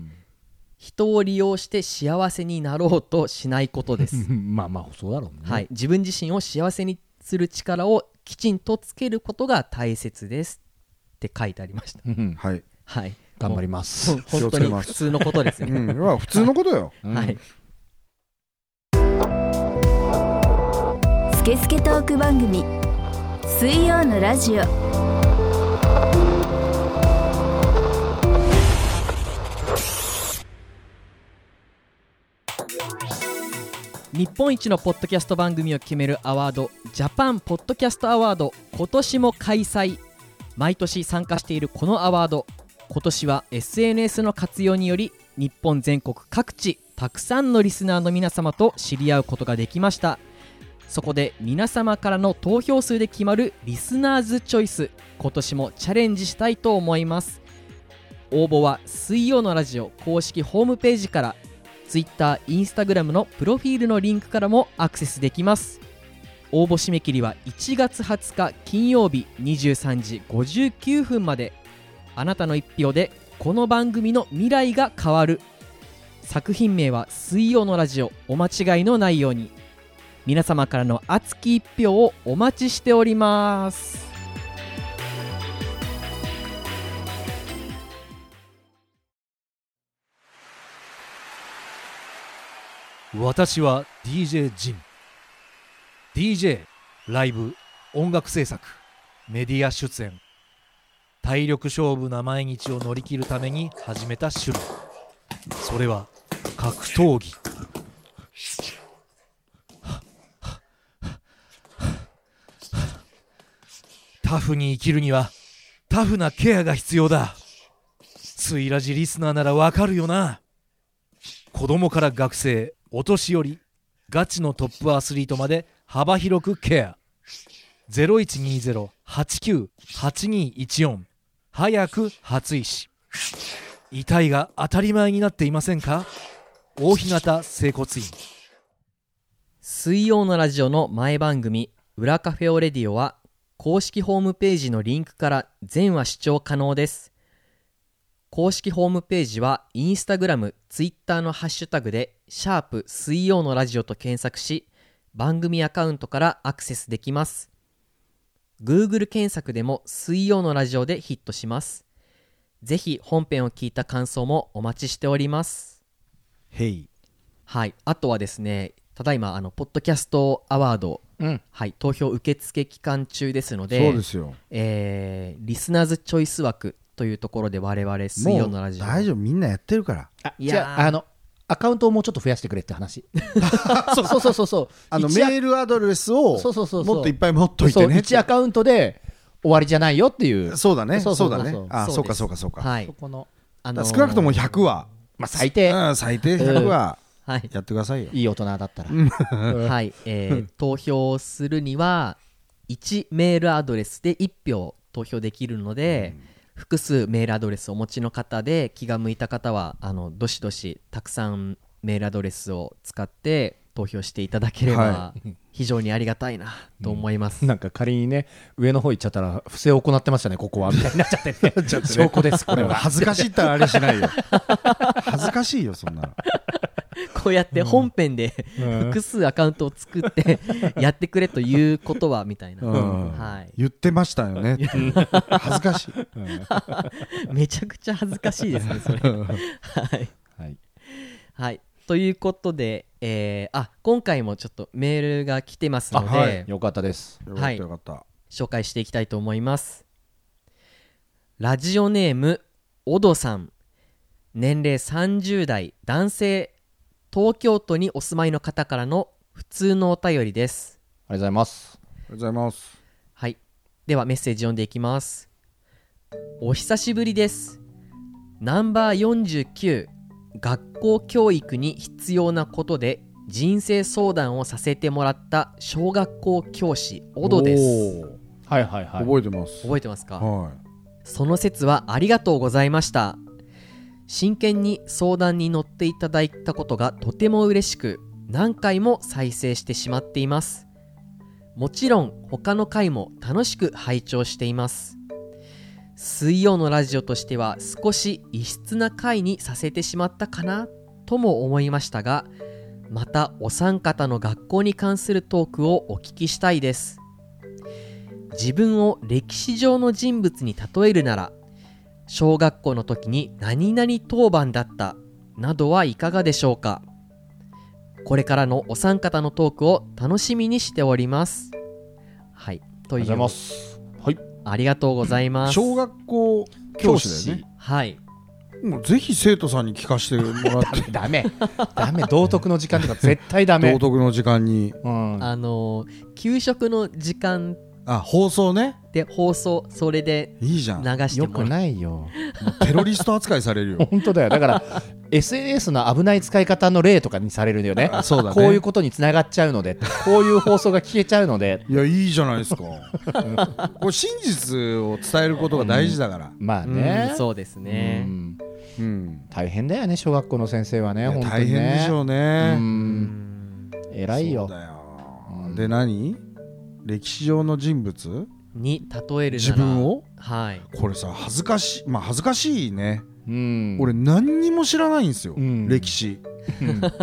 Speaker 3: 人を利用して幸せになろうとしないことです
Speaker 4: うん まあまあそうだろうね、
Speaker 3: はい、自分自身を幸せにする力をきちんとつけることが大切ですって書いてありました。
Speaker 4: うん
Speaker 5: はい、
Speaker 3: はい、
Speaker 4: 頑張り
Speaker 3: ま
Speaker 4: ます、
Speaker 3: 本当に普通のことです
Speaker 5: う
Speaker 3: ね。
Speaker 5: ん、まあ普通のことよ。
Speaker 4: うん
Speaker 3: はい、
Speaker 2: スケスケトーク番組水曜のラジオ
Speaker 3: 日本一のポッドキャスト番組を決めるアワードジャパンポッドキャストアワード今年も開催毎年参加しているこのアワード今年は SNS の活用により日本全国各地たくさんのリスナーの皆様と知り合うことができましたそこで皆様からの投票数で決まるリスナーズチョイス今年もチャレンジしたいと思います応募は水曜のラジオ公式ホームページからツイッター、インスタグラムのプロフィールのリンクからもアクセスできます。応募締め切りは1月20日金曜日23時59分まで。あなたの一票でこの番組の未来が変わる。作品名は水曜のラジオお間違いのないように。皆様からの熱き一票をお待ちしております。
Speaker 6: 私は DJ ジン DJ ライブ音楽制作メディア出演体力勝負な毎日を乗り切るために始めた種類それは格闘技タフに生きるにはタフなケアが必要だついラジリスナーならわかるよな子供から学生お年寄りガチのトップアスリートまで幅広くケア0120-89-8214早く初石遺体が当たり前になっていませんか大日向整骨院
Speaker 3: 水曜のラジオの前番組「裏カフェオレディオ」は公式ホームページのリンクから全話視聴可能です公式ホームページはインスタグラム、ツイッターのハッシュタグで「シャープ水曜のラジオ」と検索し番組アカウントからアクセスできます Google 検索でも「水曜のラジオ」でヒットしますぜひ本編を聞いた感想もお待ちしております
Speaker 5: へい
Speaker 3: はい、あとはですね、ただいまあのポッドキャストアワード、
Speaker 4: うん
Speaker 3: はい、投票受付期間中ですので、
Speaker 5: そうですよ
Speaker 3: えーリスナーズチョイス枠というところで我々水
Speaker 5: も
Speaker 3: 曜
Speaker 5: う
Speaker 3: のラジオ、
Speaker 5: 大丈夫みんなやってるから
Speaker 4: あ
Speaker 3: いやー
Speaker 4: じゃああのアカウントをもうちょっと増やしてくれって話そうそうそうそうそう
Speaker 5: あの
Speaker 4: 一ア
Speaker 5: メールアドレスを
Speaker 4: そうそうそうそう
Speaker 5: もっといっぱい持っといて
Speaker 4: そう
Speaker 5: ね
Speaker 4: 1アカウントで終わりじゃないよっていう
Speaker 5: そうだね
Speaker 4: そ
Speaker 5: そうう
Speaker 4: そうそう
Speaker 5: だね
Speaker 4: そう
Speaker 5: あ
Speaker 3: そ
Speaker 5: そうう
Speaker 3: で
Speaker 5: か
Speaker 3: す
Speaker 5: そうかそうか、
Speaker 3: はい
Speaker 4: そこの
Speaker 3: あ
Speaker 5: だ
Speaker 3: のー
Speaker 5: から少なくとも100は、
Speaker 4: まあ最低
Speaker 5: うん最低100は
Speaker 3: はい、
Speaker 5: やってくださいよ、
Speaker 4: いい大人だったら
Speaker 3: はいえー投票するには1メールアドレスで1票投票できるので、複数メールアドレスをお持ちの方で気が向いた方はあのどしどしたくさんメールアドレスを使って投票していただければ、
Speaker 5: は
Speaker 3: 非常にありがたいなと思います、
Speaker 4: なんか仮にね上の方行っちゃったら不正を行ってましたねここはみたいになっちゃってね 証 拠ですこれ
Speaker 5: でも
Speaker 4: は
Speaker 5: 恥ずかしいったらあれしないよ 恥ずかしいよそんなの
Speaker 3: こうやって本編で、複数アカウントを作ってやってくれということはみたいな、
Speaker 5: うん
Speaker 3: はい、
Speaker 5: 言ってましたよ ねっていう恥ずかしい
Speaker 3: めちゃくちゃ恥ずかしいです ねそれはい
Speaker 4: はい
Speaker 3: はい。ということで、えーあ今回もちょっとメールが来てますので、
Speaker 4: よかったです
Speaker 5: よかったよかった、
Speaker 3: 紹介していきたいと思います。ラジオネーム、オドさん。年齢30代、男性、東京都にお住まいの方からの普通のお便りです。
Speaker 4: ありがとうございます
Speaker 5: ありがとうございます
Speaker 3: はい。ではメッセージ読んでいきます。お久しぶりです。ナンバー49学校教育に必要なことで人生相談をさせてもらった小学校教師オドです。
Speaker 4: はいはいはい
Speaker 5: 覚えてます
Speaker 3: 覚えてますか？
Speaker 5: は
Speaker 3: その説はありがとうございました。真剣に相談に乗っていただいたことがとても嬉しく、何回も再生してしまっています。もちろん他の回も楽しく拝聴しています。水曜のラジオとしては少し異質な回にさせてしまったかなとも思いましたが、またお三方の学校に関するトークをお聞きしたいです。自分を歴史上の人物に例えるなら小学校の時に何々当番だったなどはいかがでしょうかこれからのお三方のトークを楽しみにしておりますはいと
Speaker 4: あ
Speaker 3: い
Speaker 4: り
Speaker 3: う
Speaker 4: がとうございますはい
Speaker 3: ありがとうございま
Speaker 5: い
Speaker 3: す
Speaker 5: 小学校教師だよね
Speaker 3: はい
Speaker 5: もうぜひ生徒さんに聞かせてもらっ て
Speaker 4: ダメダメ道徳の時間とか絶対ダメ
Speaker 5: 道徳の時間に
Speaker 4: うん
Speaker 3: あのー給食の時間
Speaker 5: あ放送ね
Speaker 3: で放送それで
Speaker 5: いいじゃ
Speaker 3: 流
Speaker 5: ん
Speaker 3: して
Speaker 4: よ
Speaker 3: も
Speaker 4: く
Speaker 3: らう
Speaker 4: ないよ
Speaker 5: テロリスト扱いさ れるよ
Speaker 4: 本当だよだから SNS の危ない使い方の例とかにされるんだよね
Speaker 5: あそうだね
Speaker 4: こういうことにつながっちゃうのでこういう放送が消えちゃうので
Speaker 5: いやいいじゃないです かこれ真実を伝えることが大事だから、
Speaker 4: まあ
Speaker 3: う
Speaker 4: ね
Speaker 3: んそうですね
Speaker 4: うん
Speaker 5: うん
Speaker 4: 大変だよね小学校の先生はね本当にね
Speaker 5: 大変でしょうね、
Speaker 4: うん偉いよ
Speaker 5: そうだよで何歴史上の人物
Speaker 3: に例えるなら
Speaker 5: 自分を
Speaker 3: はい
Speaker 5: これさ恥ずかしいまあ恥ずかしいね、
Speaker 4: うん
Speaker 5: 俺何にも知らないんですよ、
Speaker 4: うん
Speaker 5: 歴史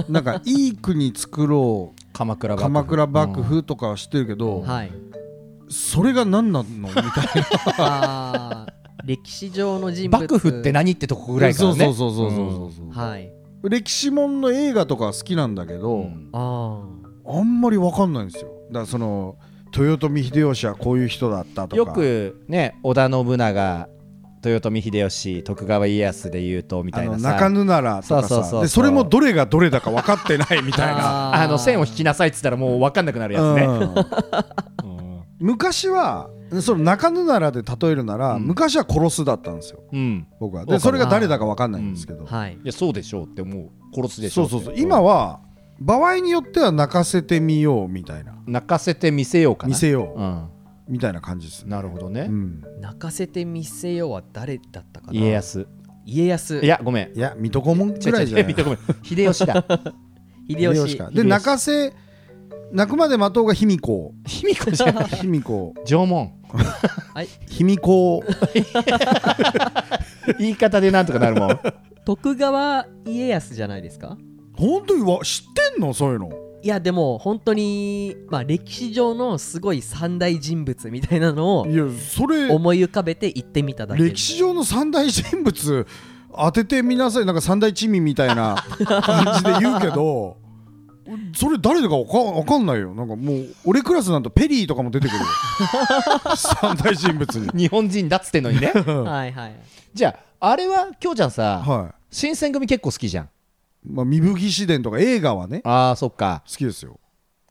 Speaker 5: なんかいい国作ろう
Speaker 4: 鎌倉幕府
Speaker 5: 鎌倉幕府とかは知ってるけど、
Speaker 3: はい
Speaker 5: それが何なのみたい
Speaker 3: あー歴史上の人
Speaker 4: うん
Speaker 3: 物
Speaker 4: 幕府って何ってとこ
Speaker 5: な
Speaker 4: ぐらいからね
Speaker 5: そうそうそうそうそうそう、
Speaker 3: はい
Speaker 5: 歴史もんの映画とかは好きなんだけど、
Speaker 4: うん
Speaker 3: あ
Speaker 5: あんまり分かんないんですよだからその豊臣秀吉はこういう人だったとか
Speaker 4: よくね織田信長豊臣秀吉徳川家康で言うとみ
Speaker 5: あ
Speaker 4: たい
Speaker 5: の
Speaker 4: な
Speaker 5: 中
Speaker 4: さ
Speaker 5: 野ならとかさ
Speaker 4: そうそうそうそう
Speaker 5: でそれもどれがどれだか分かってないみたいな、
Speaker 3: あー
Speaker 4: あの線を引きなさいっつったらもう分かんなくなるやつね
Speaker 5: うん昔はその中野ならで例えるなら、
Speaker 4: うん
Speaker 5: 昔は殺すだったんですよ
Speaker 4: うん
Speaker 5: 僕は
Speaker 4: わか
Speaker 5: で
Speaker 4: る
Speaker 5: それが誰だか分かんないんですけ
Speaker 3: ー
Speaker 5: ど、
Speaker 3: はい
Speaker 4: いやそうでしょうって思う殺すでし
Speaker 5: そ
Speaker 4: ょ
Speaker 5: うそうそう
Speaker 4: って
Speaker 5: 今は場合によっては泣かせてみようみたいな
Speaker 4: 泣かせてみせようかな
Speaker 5: 見せよ
Speaker 4: う
Speaker 5: うんみたいな感じですね、
Speaker 4: なるほど
Speaker 5: う
Speaker 4: ね
Speaker 5: ん
Speaker 3: 泣かせてみせようは誰だったかな
Speaker 4: 家康
Speaker 3: 家康
Speaker 4: いやごめん
Speaker 5: いや水戸黄門
Speaker 4: 違
Speaker 5: ぐ
Speaker 4: う
Speaker 5: ら
Speaker 4: 違
Speaker 5: いじゃ
Speaker 4: う
Speaker 5: ない
Speaker 4: 見てごめん秀吉だ
Speaker 3: 秀吉
Speaker 5: 秀吉かで泣かせ泣くまで待とうが卑弥呼
Speaker 4: 卑弥呼じゃん
Speaker 5: 卑弥呼
Speaker 4: 縄文
Speaker 5: 卑弥呼
Speaker 4: 言い方でなんとかなるもん
Speaker 3: 徳川家康じゃないですか
Speaker 5: 本当にわ知ってんのそういうの
Speaker 3: いやでも本当にまあ歴史上のすごい三大人物みたいなのを
Speaker 5: いやそれ
Speaker 3: 思い浮かべて言ってみただけ
Speaker 5: 歴史上の三大人物当ててみなさいなんか三大珍味みたいな感じで言うけどそれ誰だかわかわかんないよなんかもう俺クラスなんとペリーとかも出てくるよ三大人物に
Speaker 4: 日本人だっつってんのにね
Speaker 3: はいはい
Speaker 4: じゃああれはきょうちゃんさ、
Speaker 5: は
Speaker 4: 新選組結構好きじゃん
Speaker 5: い、まあ、身吹市伝とか映画はね好
Speaker 4: あーそっか
Speaker 5: きですよ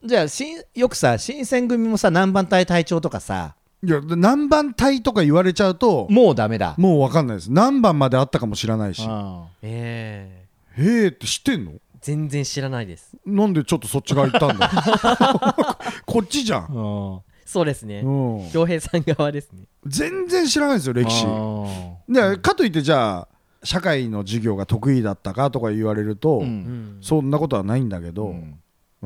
Speaker 4: じゃあしんよくさ新選組もさ南蛮隊隊長とかさ
Speaker 5: いやで何番隊とか言われちゃうと
Speaker 4: もうダメだ
Speaker 5: もうわかんないです何番まであったかも知らないしへ
Speaker 4: あ
Speaker 3: え
Speaker 5: えって知ってんの
Speaker 3: ー、全然知らないです
Speaker 5: なんでちょっとそっち側行ったんだ こっちじゃん、
Speaker 4: ー
Speaker 3: そうですね
Speaker 5: うん、
Speaker 3: 恭平さん側ですね
Speaker 5: 全然知らないですよ歴史
Speaker 4: あー
Speaker 5: でかといってじゃあ社会の授業が得意だったかとか言われると、
Speaker 4: う
Speaker 3: うんん
Speaker 5: そんなことはないんだけど、
Speaker 4: うん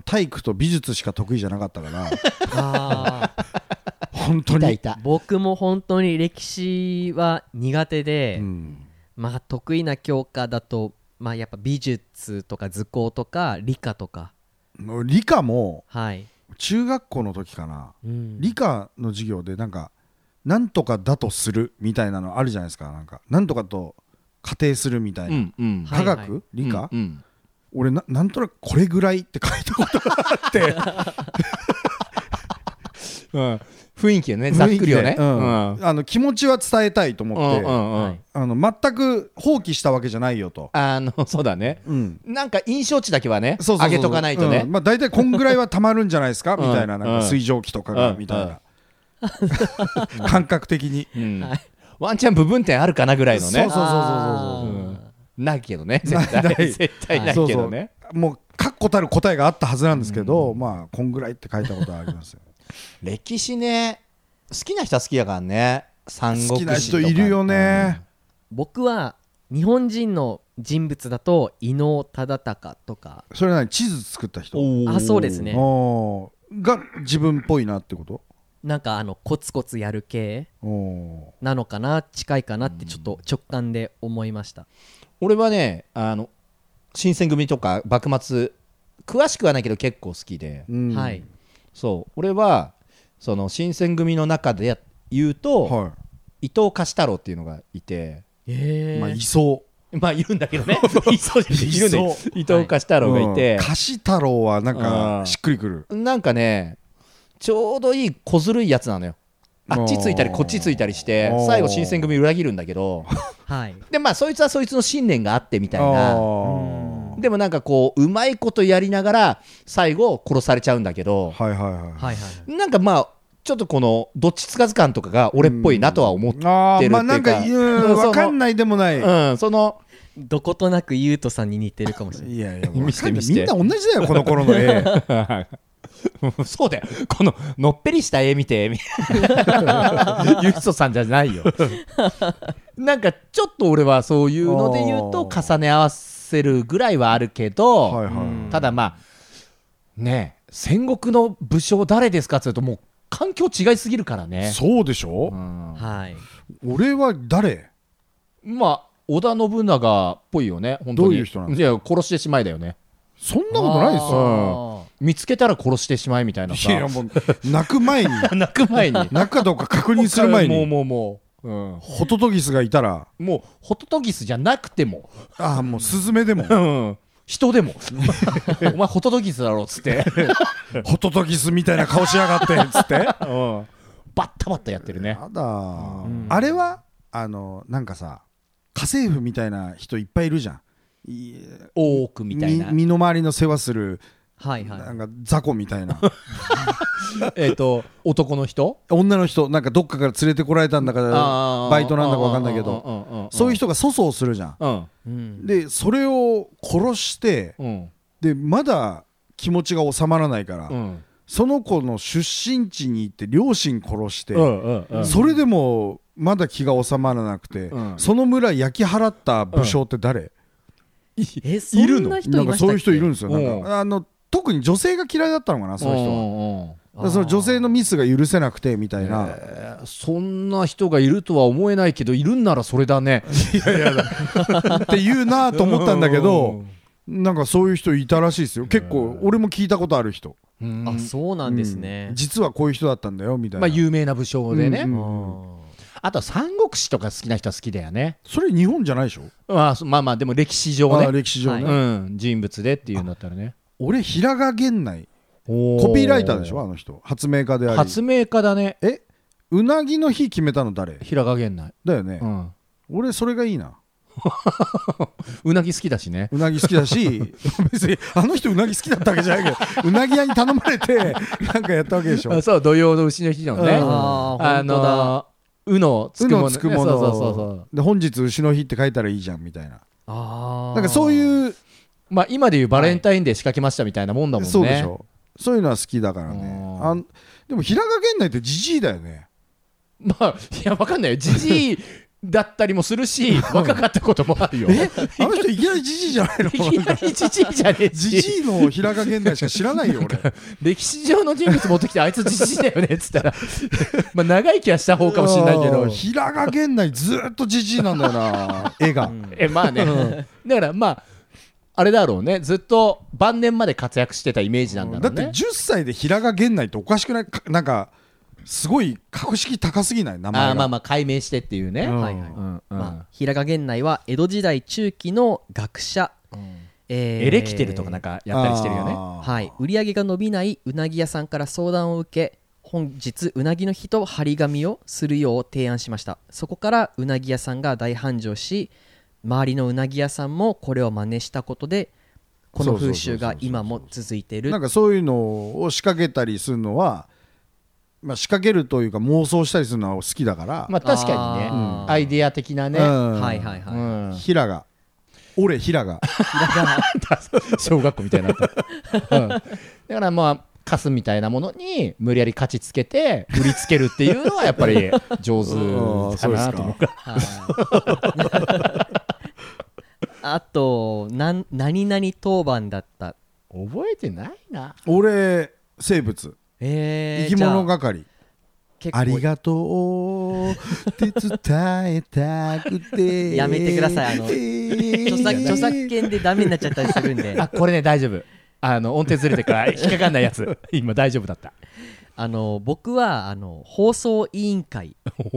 Speaker 5: 体育と美術しか得意じゃなかったから
Speaker 3: あー
Speaker 5: 本当
Speaker 4: いた
Speaker 5: に
Speaker 4: い、た
Speaker 3: 僕も本当に歴史は苦手で、
Speaker 5: うん、
Speaker 3: まあ得意な教科だとまあやっぱ美術とか図工とか理科とか
Speaker 5: 理科も
Speaker 3: はい、
Speaker 5: 中学校の時かな
Speaker 3: うん
Speaker 5: 理科の授業でなんかなんとかだとするみたいなのあるじゃないですかなんかなんとかと仮定するみたいな、
Speaker 4: うんうん
Speaker 3: はい
Speaker 5: 科学、
Speaker 3: はい
Speaker 5: 理科、
Speaker 4: うんうん
Speaker 5: 俺ななんとなくこれぐらいって書いたことがあって
Speaker 4: うん雰囲気よね ざっくりよね
Speaker 5: うん
Speaker 4: うん
Speaker 5: あの気持ちは伝えたいと思
Speaker 4: うん
Speaker 5: って、
Speaker 4: うんうん
Speaker 3: はい
Speaker 5: あの全く放棄したわけじゃないよと、
Speaker 4: あの そうだね
Speaker 5: うん、
Speaker 4: なんか印象値だけはね
Speaker 5: そうそうそう
Speaker 4: 上げとかないとね
Speaker 5: うんまあ、大体こんぐらいはたまるんじゃないですかみたい な
Speaker 4: うん
Speaker 5: なんか水蒸気とかが
Speaker 4: うん
Speaker 5: みたいな感覚的に
Speaker 4: うん
Speaker 3: はい
Speaker 4: ワンチャン部分点あるかなぐらいのね
Speaker 5: そうそう
Speaker 3: あ
Speaker 5: そうそうそうそう
Speaker 3: ー
Speaker 4: うんないけどね絶対
Speaker 5: ないない
Speaker 4: 絶対ないけどね
Speaker 5: そうそうもう確固たる答えがあったはずなんですけど、まあこんぐらいって書いたことはありますよ
Speaker 4: 歴史ね好きな人は好きやからね三国志と
Speaker 5: 好
Speaker 4: か
Speaker 5: きな人いるよね、
Speaker 3: 僕は日本人の人物だと伊能忠敬とか
Speaker 5: それなに地図作った人
Speaker 4: おー
Speaker 3: あそうですね
Speaker 5: おーが自分っぽいなってこと
Speaker 3: なんかあのコツコツやる系
Speaker 5: お
Speaker 3: なのかな近いかなってちょっと直感で思いました
Speaker 4: 俺はねあの新選組とか幕末詳しくはないけど結構好きで
Speaker 5: ー、うん
Speaker 3: はい
Speaker 4: そう俺はその新選組の中で言うと、
Speaker 5: は
Speaker 4: 伊藤貸太郎っていうのがいて
Speaker 5: い、
Speaker 3: え
Speaker 5: まあい
Speaker 3: ー
Speaker 5: そう
Speaker 4: まあいるんだけど ねいそうですいるんだよ
Speaker 5: そ
Speaker 4: 伊藤貸太郎がいて、
Speaker 5: 菓子太郎はなん
Speaker 4: う
Speaker 5: か
Speaker 4: ん
Speaker 5: しっくりくる
Speaker 4: なんかねちょうどいい小ずるいやつなのよあっちついたり
Speaker 5: おー
Speaker 4: こっちついたりして
Speaker 5: おー
Speaker 4: 最後新選組裏切るんだけ ど
Speaker 3: はい
Speaker 4: でまあそいつはそいつの信念があってみたい
Speaker 5: あ
Speaker 4: な
Speaker 5: ー
Speaker 4: でもなんかこううまいことやりながら最後殺されちゃうんだけど
Speaker 5: はいはいはい
Speaker 3: はいはい
Speaker 4: なんかまあちょっとこのどっちつかず感とかが俺っぽいなとは思って
Speaker 5: あーまあ
Speaker 4: って
Speaker 5: なん
Speaker 4: るっていうか
Speaker 5: かうん
Speaker 4: うん
Speaker 5: わかんないでもない
Speaker 4: うんその
Speaker 3: どことなく優斗さんに似てるかもしれない
Speaker 5: いやいや
Speaker 4: 見せて
Speaker 5: わかんな
Speaker 4: 見
Speaker 5: い
Speaker 4: せて
Speaker 5: みんな同じだよこの頃の絵
Speaker 4: そうだよ こののっぺりした絵見てみたいな ゆきそさんじゃないよなんかちょっと俺はそういうので言うと
Speaker 5: あー
Speaker 4: 重ね合わせるぐらいはあるけど、
Speaker 5: はいは
Speaker 3: ん
Speaker 4: ただまあねえ戦国の武将誰ですかって言うともう環境違いすぎるから
Speaker 5: い
Speaker 4: ね、
Speaker 5: そうでしょ
Speaker 4: うん
Speaker 3: はい
Speaker 5: 俺は誰
Speaker 4: まあ織田信長っぽいよね本当に
Speaker 5: どういう人なの
Speaker 4: いや殺してしまいだよね
Speaker 5: そんなことないですよ
Speaker 3: あ
Speaker 4: 見つけたら殺してしまいみたいなさ
Speaker 5: いやいやもう泣く前に
Speaker 4: 泣く前に
Speaker 5: 泣くかどうか確認する前
Speaker 4: もう
Speaker 5: に
Speaker 4: もうもう、うん、
Speaker 5: ホトトギスがいたら
Speaker 4: もうホトトギスじゃなくても、
Speaker 5: ああもうスズメでも
Speaker 4: うん、人でもお前ホトトギスだろっつって、
Speaker 5: ホトトギスみたいな顔しやがってっつってや
Speaker 4: うんバッタバッタやってるね
Speaker 5: だあれはあのなんかさ家政婦みたいな人いっぱいいるじゃんい
Speaker 4: 大奥みたいな
Speaker 5: 身の回りの世話する
Speaker 3: ーはいはい
Speaker 5: なんか雑魚みたいな
Speaker 4: えっと男の人
Speaker 5: 女の人なんかどっかから連れてこられたんだからバイトなんだか分かんないけど
Speaker 4: ど
Speaker 5: そういう
Speaker 4: 人
Speaker 5: 人が粗相するじゃん
Speaker 4: うん
Speaker 3: うん
Speaker 5: でそれを殺して
Speaker 4: うん
Speaker 5: でまだ気持ちが収まらないから
Speaker 4: うん
Speaker 5: その子の出身地に行って両親殺して
Speaker 4: うんうんうん
Speaker 5: それでもまだ気が収まらなくて、
Speaker 4: うん
Speaker 5: その村焼き払った武将って誰、
Speaker 3: えそんな人いましたっけ
Speaker 5: なんかそういう人いるんですよな
Speaker 4: うん
Speaker 5: んかあの特に女性が嫌いだったのかなその人は
Speaker 4: 人
Speaker 5: だからその女性のミスが許せなくてみたいな、
Speaker 4: はそんな人がいるとは思えないけどいるんならそれだね
Speaker 5: って言うなと 思ったんだけ どなんかそういう人いたらしいですよ結構俺も聞いたことある人
Speaker 4: うん
Speaker 3: あそうなんですね
Speaker 5: うん、実はこういう人だったんだよみたい
Speaker 4: ま
Speaker 5: な、
Speaker 4: あ有名な武将でね、
Speaker 5: うんうん
Speaker 4: あとは三国志とか好きな人は好きだよね、
Speaker 5: それ日本じゃないでしょ、
Speaker 4: まあ、そまあまあでも歴史上
Speaker 5: あー
Speaker 4: ね、
Speaker 5: 歴史上ね、
Speaker 3: は
Speaker 4: うん、人物でっていうんだったらね
Speaker 5: 俺平賀源内コ
Speaker 4: コ
Speaker 5: ピーライターでしょあの人発明家であり
Speaker 4: 発明家だね
Speaker 5: えうなぎの日決めたの誰
Speaker 4: 平賀源内
Speaker 5: だよね、
Speaker 4: うん
Speaker 5: 俺それがいいな
Speaker 4: うなぎ好きだしね
Speaker 5: うなぎ好き だし別にあの人うなぎ好きだったわけじゃないけどうなぎ屋に頼まれてなんかやったわけでしょ
Speaker 4: あそう土曜の牛の日のね
Speaker 3: あー
Speaker 4: あ
Speaker 3: 本当だ
Speaker 4: のうのつ
Speaker 5: う
Speaker 4: くも
Speaker 5: の
Speaker 4: の
Speaker 5: つくもの
Speaker 4: そうそうそうそう
Speaker 5: で本日牛の日って書いたらいいじゃんみたいな
Speaker 3: あー
Speaker 5: なんかそういう
Speaker 4: まあ今でいうバレンタインデー仕掛けましたみたいなもんだもんね、
Speaker 5: そうでしょそういうのは好きだから
Speaker 4: う
Speaker 5: ね
Speaker 4: ん
Speaker 5: あんでも平賀源内ってじじいだよね
Speaker 4: まあいやわかんないよじじいだったりもするし若かったこともあるよ
Speaker 5: えあの人いきなりじじいじゃないの
Speaker 4: いきなりじじいじゃねえ
Speaker 5: じ
Speaker 4: し
Speaker 5: じいの平賀源内しか知らない よ俺
Speaker 4: 歴史上の人物持ってきてあいつじじいだよねっつったらまあ長生きはした方かもしれないけ
Speaker 5: う
Speaker 4: ど
Speaker 5: ん平賀源内ずーっとじじいなんだよな絵が、
Speaker 4: えまあね、だからまああれだろうねずっと晩年まで活躍してたイメージなんだ
Speaker 5: だ
Speaker 4: ろ
Speaker 5: っ
Speaker 4: う
Speaker 5: て
Speaker 4: ね
Speaker 5: 10歳で平賀源内っておかしくないかなんかすごい格式高すぎない名前が
Speaker 4: あーまあまあ解明してっていうね、
Speaker 5: うん
Speaker 3: はいはい
Speaker 4: うんうん
Speaker 3: まあ、平賀源内は江戸時代中期の学者、えー
Speaker 4: エレキテルとかなんかやったりしてるよね
Speaker 5: あー
Speaker 3: はい、売り上げが伸びないうなぎ屋さんから相談を受け本日うなぎの日と張り紙をするよう提案しましたそこからうなぎ屋さんが大繁盛し周りのうなぎ屋さんもこれを真似したことでこの風習が今も続いている
Speaker 5: なんかそういうのを仕掛けたりするのは、まあ、仕掛けるというか妄想したりするのは好きだから、
Speaker 4: まあ確かにね、
Speaker 3: あー
Speaker 4: アイデア的なね、
Speaker 5: うん
Speaker 3: はいはいはい、
Speaker 4: うん
Speaker 5: 平賀俺平賀
Speaker 4: 小学校みたいになった、うんだからまあカスみたいなものに無理やり価値つけて売りつけるっていうのはやっぱり上手
Speaker 5: うん
Speaker 4: だなと思う
Speaker 3: あとなん何々当番だった
Speaker 4: 覚えてないな
Speaker 5: 俺生物
Speaker 3: えー、
Speaker 5: 生き物
Speaker 3: じゃあ
Speaker 5: 係
Speaker 3: 結構
Speaker 5: ありがとうって伝えたくて
Speaker 3: やめてくださいあ の著作著作権でダメになっちゃったりするんで
Speaker 4: あこれね大丈夫あの音程ずれてから引っかかんないやつ今大丈夫だった
Speaker 3: あの僕はあの放送委員会だっ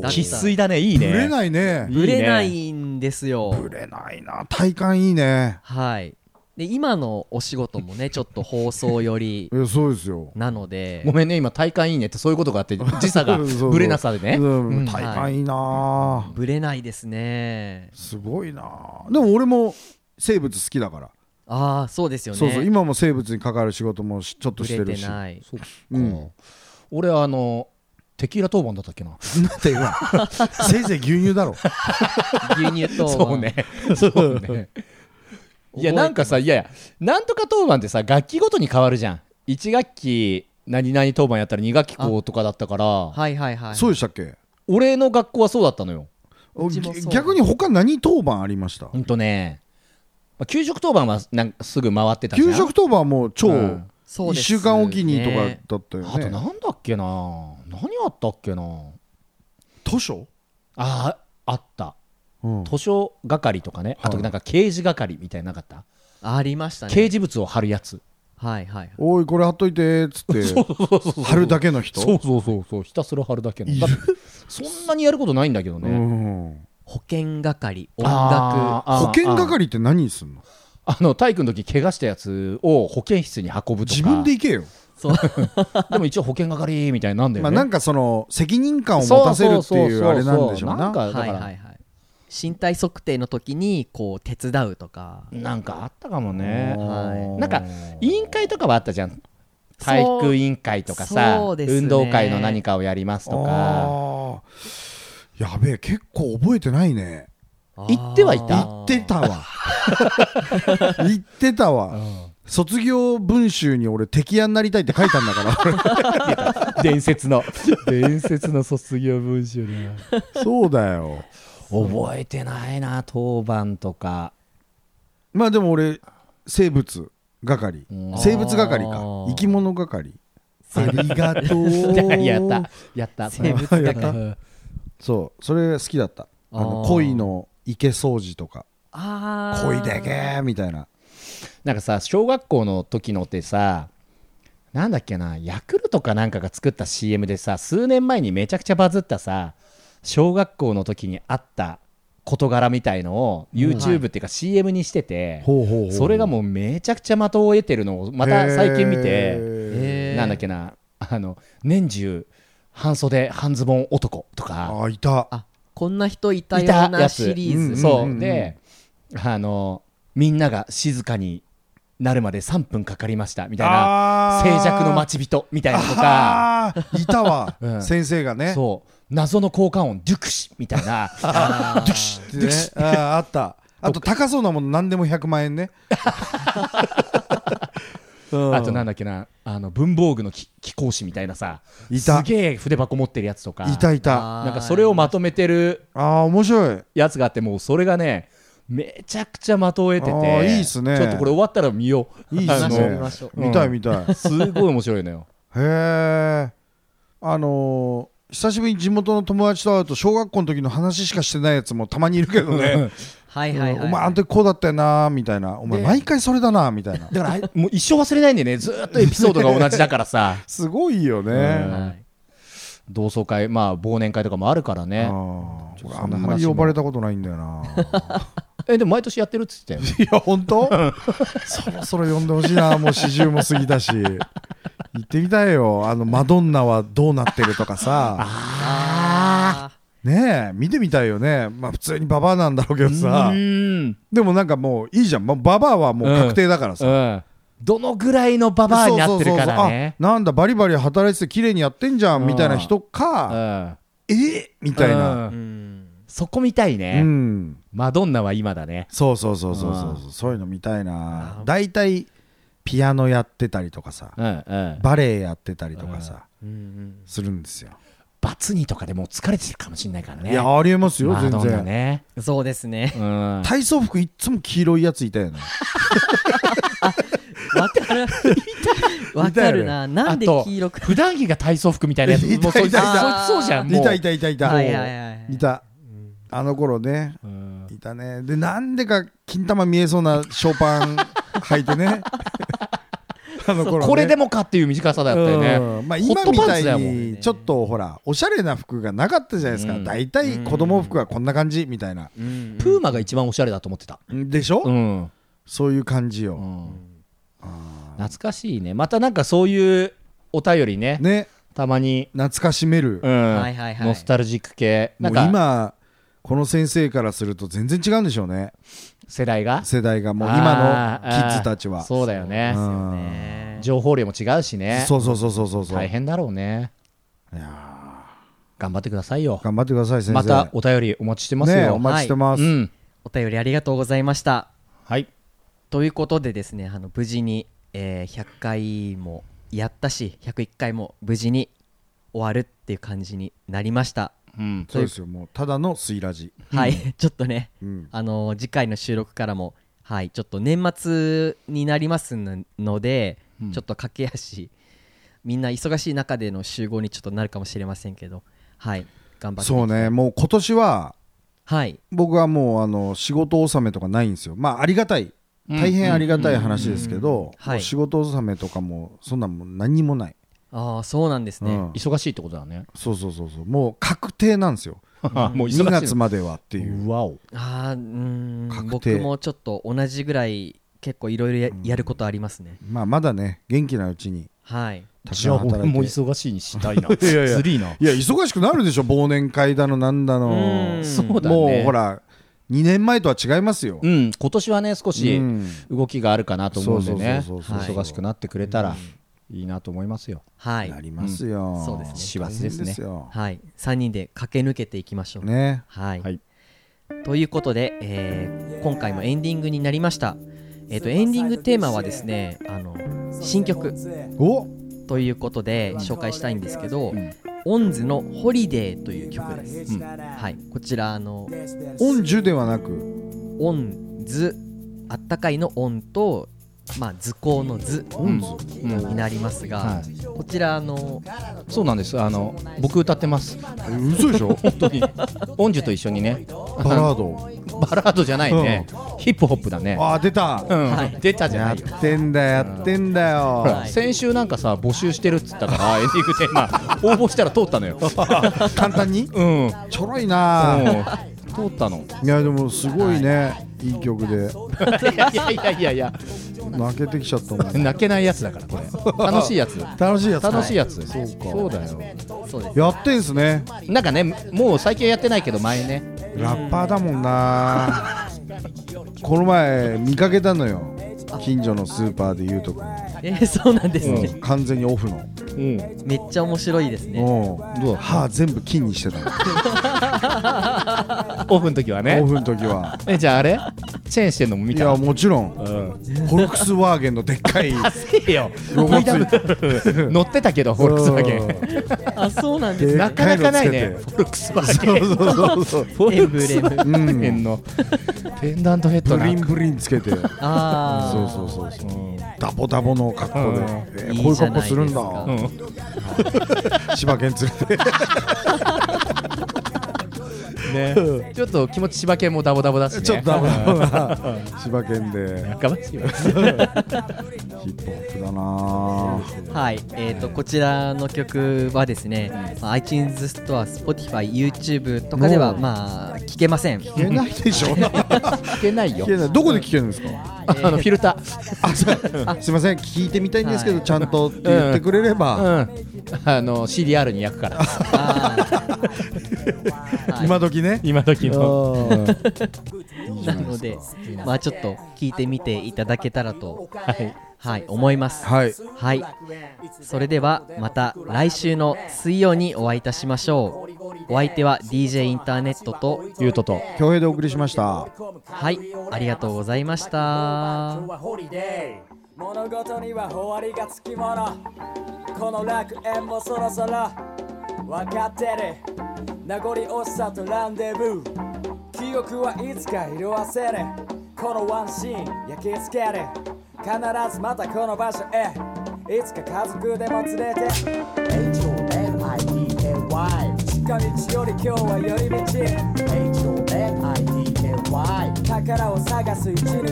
Speaker 3: た
Speaker 4: 生粋だねいい
Speaker 5: ぶれ
Speaker 4: ね
Speaker 5: ないね
Speaker 3: ぶれないんですよ
Speaker 5: ぶれないな体感いいね
Speaker 3: はいで今のお仕事もね ちょっと放送より
Speaker 5: えそうですよ
Speaker 3: なので
Speaker 4: ごめんね今体感いいねってそういうことがあ って時差が
Speaker 5: そうそう
Speaker 4: ブレなさでね
Speaker 5: うん
Speaker 4: うん
Speaker 5: 体感いいな
Speaker 3: ぶれないですね
Speaker 5: すごいなでも俺も生物好きだから
Speaker 3: ああそうですよね
Speaker 5: そうそう今も生物に関わる仕事もしちょっと
Speaker 3: ぶ
Speaker 5: し
Speaker 3: れ
Speaker 5: てる
Speaker 3: て
Speaker 5: し
Speaker 3: ない
Speaker 4: そっか、
Speaker 5: うん
Speaker 4: 俺あのテキーラ当番だったっけな
Speaker 5: なんて言わんせいぜい牛乳だろ
Speaker 3: 牛乳 当番
Speaker 4: そうね。そうね。いや、なんかさ、いやいや、なんとか当番ってさ、楽器ごとに変わるじゃん。1学期、何々当番やったら2学期こうとかだったから、
Speaker 3: はいはいはい
Speaker 5: そうでしたっけ
Speaker 4: 俺の学校はそうだったのよ。
Speaker 3: うちもそう
Speaker 5: 逆に他何当番ありました
Speaker 4: ほんとね。まあ給食当番はなんかすぐ回ってたじゃん。
Speaker 5: 給食当番はもう超
Speaker 4: うん
Speaker 3: そう
Speaker 5: 1
Speaker 3: です
Speaker 5: 週間おきにと
Speaker 3: ね
Speaker 5: かだったよ
Speaker 4: あと
Speaker 5: ね
Speaker 4: なんだっけな何あったっけな
Speaker 5: 図書
Speaker 4: ああった
Speaker 5: うん
Speaker 4: 図書係とかね、あとなんか掲示係みたいなのなかった、
Speaker 3: ありました
Speaker 4: 掲
Speaker 3: ね
Speaker 4: 示物を貼るやつ
Speaker 3: はいはい
Speaker 5: おいこれ貼っといてっつ って貼るだけの人
Speaker 4: そうそうそうそうひたすら貼るだけのだってそんなにやることないんだけどね、
Speaker 5: うん
Speaker 3: 保健係音
Speaker 4: あ
Speaker 3: 楽
Speaker 4: ーあー
Speaker 5: 保健係って何すんの
Speaker 4: あの体育の時怪我したやつを保健室に運ぶとか
Speaker 5: 自分で行けよ
Speaker 3: そう
Speaker 4: でも一応保健係みたいになんだよ
Speaker 5: まあ
Speaker 4: ね、
Speaker 5: なんかその責任感を持たせるっていうあれなんでしょう
Speaker 4: ななん
Speaker 5: な
Speaker 4: かだか
Speaker 3: は
Speaker 4: ら、
Speaker 3: いはいはい身体測定の時にこう手伝うとか
Speaker 4: なんかあったかもね
Speaker 3: は
Speaker 4: なんか委員会とかはあったじゃん体育委員会とか
Speaker 3: そ
Speaker 4: さ、
Speaker 3: うですね
Speaker 4: 運動会の何かをやりますとか
Speaker 5: あーやべえ結構覚えてないね
Speaker 3: 行
Speaker 4: 行ってはいた
Speaker 5: 言ってたわ言ってたわ卒業文集に俺敵屋になりたいって書いたんだから
Speaker 4: 伝説 の
Speaker 6: 伝説の卒業文集だな
Speaker 5: 俺そうだよ
Speaker 4: 覚えてないな当番と か
Speaker 5: まあでも俺生物係
Speaker 4: うん
Speaker 5: 生物係か
Speaker 3: あー
Speaker 5: 生き物係
Speaker 6: ありがとう
Speaker 4: や ったやった
Speaker 3: 生物
Speaker 5: やっ
Speaker 3: 係
Speaker 5: たそうそれ好きだったあの
Speaker 3: あー
Speaker 5: 恋の池掃除とか
Speaker 3: あー
Speaker 5: 恋でけーみたいな
Speaker 4: なんかさ小学校の時のってさなんだっけなヤクルトかなんかが作った CM でさ数年前にめちゃくちゃバズったさ小学校の時にあった事柄みたいのを YouTube っていうか CM にしてて、
Speaker 5: ほうほうほう
Speaker 4: それがもうめちゃくちゃ的を得てるのをまた最近見て、
Speaker 5: て
Speaker 3: えー
Speaker 4: なんだっけなあの年中半袖半ズボン男とか
Speaker 5: あいた
Speaker 3: あこんな人いた
Speaker 4: い
Speaker 3: よ
Speaker 4: た
Speaker 3: う
Speaker 4: や
Speaker 3: な
Speaker 4: つ
Speaker 3: シリ
Speaker 5: うん
Speaker 3: ーズ
Speaker 4: そう、
Speaker 5: うん
Speaker 4: であのみんなが静かになるまで3分かかりましたみたいな
Speaker 5: あー
Speaker 4: 静寂の待ち人みたいなとか
Speaker 5: あーいたわ
Speaker 4: うん
Speaker 5: 先生がね
Speaker 4: そう謎の効果音デュクシみたいな
Speaker 3: あー
Speaker 5: ってねあーあったあと高そうなもの何でも100万円ねうん
Speaker 4: あとなんだっけなあの文房具のき貴公子みたいなさ
Speaker 5: いた
Speaker 4: すげえ筆箱持ってるやつとか
Speaker 5: いたいたあ
Speaker 4: なんかそれをまとめてる
Speaker 5: あー面白い
Speaker 4: やつがあってもうそれがねめちゃくちゃ的を得てて
Speaker 5: あーいいっすね
Speaker 4: ちょっとこれ終わったら見よう
Speaker 5: いいっ
Speaker 4: あの
Speaker 5: すね
Speaker 3: 見ましょう
Speaker 4: うん
Speaker 5: 見たい見たいへ
Speaker 4: すごい面白いのよ
Speaker 5: えあのー久しぶりに地元の友達と会うと小学校の時の話しかしてないやつもたまにいるけどね
Speaker 3: はいはいはい
Speaker 5: お前あの時こうだったよなーみたいなお前
Speaker 4: で
Speaker 5: 毎回それだなーみたいな
Speaker 4: だからあいも う一生忘れないんでねずーっとエピソードが同じだからさ
Speaker 5: すごいよ
Speaker 4: うん
Speaker 5: ね
Speaker 3: はい
Speaker 4: 同窓会まあ忘年会とかもあるから
Speaker 5: あ
Speaker 4: ね
Speaker 5: ー俺
Speaker 4: そ
Speaker 5: あ
Speaker 4: ん
Speaker 5: ん
Speaker 4: な話も
Speaker 5: まり呼ばれたことないんだよなー
Speaker 4: えでも毎年やってるっつってたよ
Speaker 5: いや本当 そろそろ呼んでほしいなもう四十も過ぎだし行ってみたいよあのマドンナはどうなってるとかさ
Speaker 3: あ
Speaker 5: ねえ見てみたいよねまあ普通にババアなんだろうけどさ
Speaker 4: うん
Speaker 5: でもなんかもういいじゃん、まあ、ババアはもう確定だからさ、
Speaker 4: うんどのぐらいのババアになってるからね
Speaker 5: そうそうそうそうあなんだバリバリ働いてて綺麗にやってんじゃんみたいな人
Speaker 4: う
Speaker 5: か、
Speaker 4: ん
Speaker 5: えみたいな
Speaker 4: う
Speaker 3: ーうんん
Speaker 4: そこ見たい
Speaker 5: うん、
Speaker 4: ね、マドンナは今だね
Speaker 5: そうそうそうそうそうそうそういうの見たいな大体ピアノやってたりとかさ
Speaker 4: うんうん
Speaker 5: バレエやってたりとかさ、
Speaker 3: うんうん
Speaker 5: するんですよ
Speaker 4: バツニとかでもう疲れてるかもしれないからね
Speaker 5: いやありえますよ
Speaker 4: マ
Speaker 5: 全
Speaker 4: ドンナ
Speaker 5: 然、
Speaker 4: ね
Speaker 3: そうですね
Speaker 4: うん
Speaker 5: 体操服いっつも黄色いやついたよね
Speaker 3: わかるわかるななんで黄色く
Speaker 4: 普段着が体操服みたいなや つ
Speaker 5: いた
Speaker 4: もうそい
Speaker 5: いたい
Speaker 3: た
Speaker 4: そうそうじゃんもう
Speaker 5: いたいたいたいた、
Speaker 3: はいはいはい
Speaker 5: いたあの頃ね
Speaker 4: うん
Speaker 5: いたねでなんでか金玉見えそうなショーパン履い てねあの頃ね
Speaker 4: これでもかっていう短さだったよね、
Speaker 5: うんまあ、
Speaker 4: ホッ
Speaker 5: 今
Speaker 4: ト
Speaker 5: み
Speaker 4: パン
Speaker 5: た
Speaker 4: ツだ
Speaker 5: い
Speaker 4: もん
Speaker 5: にちょっとほらおしゃれな服がなかったじゃないですか、
Speaker 4: うん
Speaker 5: 大体子供服はこんな感じみたいな、
Speaker 3: うん
Speaker 4: プーマが一番おしゃれだと思ってた。
Speaker 5: でしょ、
Speaker 4: ん。
Speaker 5: そういう感じよ、
Speaker 4: 懐かしいね。またなんかそういうお便りね、
Speaker 5: ね
Speaker 4: たまに、
Speaker 5: 懐かしめる、
Speaker 4: うん
Speaker 3: はいはいはい
Speaker 4: ノスタルジック系、なん
Speaker 5: もう
Speaker 4: か
Speaker 5: 今この先生からすると全然違うんでしょうね
Speaker 4: 世代が、
Speaker 5: 世代がもう
Speaker 4: あ
Speaker 5: 今
Speaker 4: ー
Speaker 5: のキッズたちは
Speaker 4: そうだよね。
Speaker 5: うん
Speaker 3: ね
Speaker 4: 情報量も違うしね。
Speaker 5: そうそうそうそうそうそう
Speaker 4: 大変だろうね。
Speaker 5: いや
Speaker 4: 頑張ってくださいよ
Speaker 5: ー。頑張ってください先生
Speaker 4: またお便りお待ちしてますよ。
Speaker 5: ねお待ちしてます、
Speaker 4: うん。
Speaker 3: お便りありがとうございました
Speaker 4: はい。
Speaker 3: ということでですねあの無事に、えー100回もやったし101回も無事に終わるっていう感じになりました、
Speaker 4: うん。
Speaker 5: そうですよもうただのスイラジ、
Speaker 3: はい ちょっとね、
Speaker 5: うん
Speaker 3: あのー次回の収録からもはいちょっと年末になりますのので、
Speaker 4: うん
Speaker 3: ちょっと駆け足みんな忙しい中での集合にちょっとなるかもしれませんけどはい頑張って
Speaker 5: そうねもう今年は
Speaker 3: はい
Speaker 5: 僕はもうあの仕事納めとかないんですよまあありがたい大変ありがたい話です
Speaker 3: うんう
Speaker 5: け
Speaker 3: んうん
Speaker 5: ど、
Speaker 3: はい
Speaker 5: もう仕事納めとかもそんなんもう何にもない、
Speaker 3: ああそうなんです
Speaker 5: う
Speaker 3: ね、
Speaker 5: ん、
Speaker 4: 忙しいってことだ ね。
Speaker 5: そうそうそうそうもう確定なんですよ
Speaker 4: もう
Speaker 5: 2
Speaker 4: 忙し
Speaker 5: 月
Speaker 4: い。
Speaker 5: まではっていう
Speaker 4: うわお。
Speaker 3: ああうーん
Speaker 5: 確
Speaker 3: 僕
Speaker 5: 定
Speaker 3: もちょっと同じぐらい結構いろいろややることありますね、
Speaker 5: まあまだね元気なうちに
Speaker 3: はい
Speaker 5: たく
Speaker 4: じ
Speaker 5: さ
Speaker 4: ゃ
Speaker 5: ん
Speaker 4: あ俺
Speaker 5: 働
Speaker 4: も
Speaker 5: いて
Speaker 4: 忙しいにしたいな。
Speaker 5: いやいや
Speaker 4: ずりーな。
Speaker 5: いや忙しくなるでしょ忘年会だのなんだの
Speaker 3: うん
Speaker 4: そうだね
Speaker 5: もうほら2年前とは違いますよ、
Speaker 4: うん、今年はね、少し、
Speaker 5: うん
Speaker 4: 動きがあるかなと思うんでね
Speaker 5: そうそう
Speaker 3: そうそう
Speaker 4: 忙しくなってくれたらいいなと思いますよ。
Speaker 3: はい
Speaker 5: なりますよ、
Speaker 3: うんそうですね
Speaker 4: 師走ですね
Speaker 5: 大変ですよ
Speaker 3: はい、3人で駆け抜けていきましょう。
Speaker 5: ね
Speaker 3: はい、
Speaker 4: はい
Speaker 3: ということで、えー今回もエンディングになりました。えっとエンディングテーマはですねあの新曲
Speaker 5: お
Speaker 3: ということで紹介したいんですけど、
Speaker 4: うん
Speaker 3: オンズの「ホリデー」という曲です、
Speaker 4: うん
Speaker 3: はい、こちらあの
Speaker 5: オンジュではなく
Speaker 3: オンズあったかいのオンと、まあ、図工の図
Speaker 4: うん
Speaker 3: になりますが、
Speaker 4: は
Speaker 3: こちらあの
Speaker 4: そうなんですあの僕歌ってます
Speaker 5: え嘘でしょ
Speaker 4: 本当にオンジュと一緒にね
Speaker 5: バラード
Speaker 4: バラードじゃないね、ヒップホップだね
Speaker 5: あー出た
Speaker 4: うん、
Speaker 3: はい
Speaker 4: 出たじゃ
Speaker 5: や
Speaker 4: な
Speaker 5: っ
Speaker 4: いよ
Speaker 5: てんだやってんだ
Speaker 4: ほら
Speaker 5: よ
Speaker 3: はい
Speaker 4: 先週なんかさ募集してるっつったからエンディングテーマ応募したら通ったのよ
Speaker 5: 簡単に
Speaker 4: うん、うん、
Speaker 5: ちょろいな
Speaker 4: 通ったの
Speaker 5: いやでもすごいねいい曲で
Speaker 4: いやいやいやいやいや
Speaker 5: 泣けてきちゃったもん
Speaker 4: 泣けないやつだからこれ楽しいやつ
Speaker 5: 楽しいやつ
Speaker 4: 楽しい
Speaker 5: や
Speaker 4: やつ、そうかそうだよ
Speaker 3: そうです
Speaker 5: やってんすね
Speaker 4: なんかねもう最近はやってないけど前ね
Speaker 5: ラッパーだもんなこの前見かけたのよ近所のスーパーで言うとか
Speaker 3: えーそうなんですね、
Speaker 5: 完全にオフ
Speaker 4: う
Speaker 5: の
Speaker 4: ん
Speaker 3: めっちゃ面白いですね
Speaker 5: うんどう歯全部金にしてたの
Speaker 4: オフの時はね
Speaker 5: オフの時は
Speaker 4: えじゃああれチェーンしてんのも見
Speaker 5: い
Speaker 4: た
Speaker 5: やもちろん
Speaker 4: うん
Speaker 5: フォルクスワーゲンのでっ かい
Speaker 4: せえよ
Speaker 5: ロゴついて
Speaker 4: 乗ってたけどフォルクスワーゲン
Speaker 3: あそうなんです
Speaker 5: で
Speaker 4: な
Speaker 5: っ
Speaker 4: か
Speaker 5: か
Speaker 4: ない
Speaker 5: の
Speaker 4: かな
Speaker 5: つ
Speaker 4: い
Speaker 5: け
Speaker 4: ね
Speaker 5: て
Speaker 4: フォルクスワーゲン
Speaker 5: そうそう そう
Speaker 4: フォルクスワー
Speaker 5: エンブレム
Speaker 4: ゲンのペンダントヘッド
Speaker 5: ブ
Speaker 4: な
Speaker 5: リンブリンつけてそう
Speaker 3: ああ
Speaker 5: そうそうそうダボダボの格好で
Speaker 4: うん
Speaker 5: えーこういう格好するんだ
Speaker 3: いいじゃな
Speaker 4: う
Speaker 3: い
Speaker 4: ん
Speaker 5: 柴犬連れて
Speaker 4: ね、ちょっと気持ち柴犬もダボダボだしね
Speaker 5: ちょっとダボダボ な柴犬で
Speaker 4: 仲間ですよ
Speaker 5: ヒップホップだな
Speaker 3: はい、えー、とこちらの曲はですね、まあ iTunes ストア、Spotify、YouTube とかでは、
Speaker 5: おー
Speaker 3: まあ、聞けません。
Speaker 5: 聞けないで しょ
Speaker 4: 聞けないよ
Speaker 5: 聞けないどこで聞けるんですか
Speaker 4: あのフィルタ
Speaker 5: あそうすいません聞いてみたいんですけど
Speaker 3: はい
Speaker 5: ちゃんとって言ってくれれ
Speaker 4: ー、
Speaker 5: ば
Speaker 4: うん、あの CDR に焼くから
Speaker 3: あーはい
Speaker 5: 今時ね
Speaker 4: 今時の
Speaker 3: なので、まあ、ちょっと聞いてみていただけたらと、はい思います。
Speaker 5: はい
Speaker 3: はい、それではまた来週の水曜にお会いいたしましょう。お相手は DJ インターネットと、
Speaker 4: ゆうとと
Speaker 5: 恭平でお送りしました
Speaker 3: はい、ありがとうございました。
Speaker 7: 物事には終わりがつきものこの楽園もそろそろ分かってる名残惜しさとランデブー記憶はいつか色あせるこのワンシーン焼き付ける必ずまたこの場所へいつか家族でも連れて
Speaker 8: H-O-N-I-D-A-Y
Speaker 7: 近道より今日は寄り道
Speaker 8: H-O-N-I-D-A-Y
Speaker 7: 宝を探す一日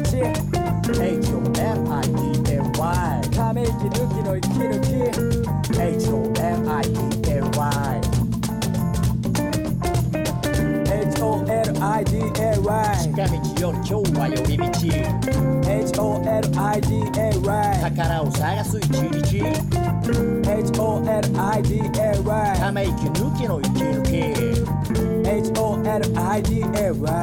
Speaker 8: H-O-N-I-D-A-Y
Speaker 7: ため息抜きの息抜き
Speaker 8: H-O-N-I-D-A-Y
Speaker 7: HOLIDAY
Speaker 8: 近道より今日は寄り道
Speaker 7: HOLIDAY
Speaker 8: 宝を探す一日
Speaker 7: HOLIDAY
Speaker 8: ため息抜きの息抜き
Speaker 7: HOLIDAY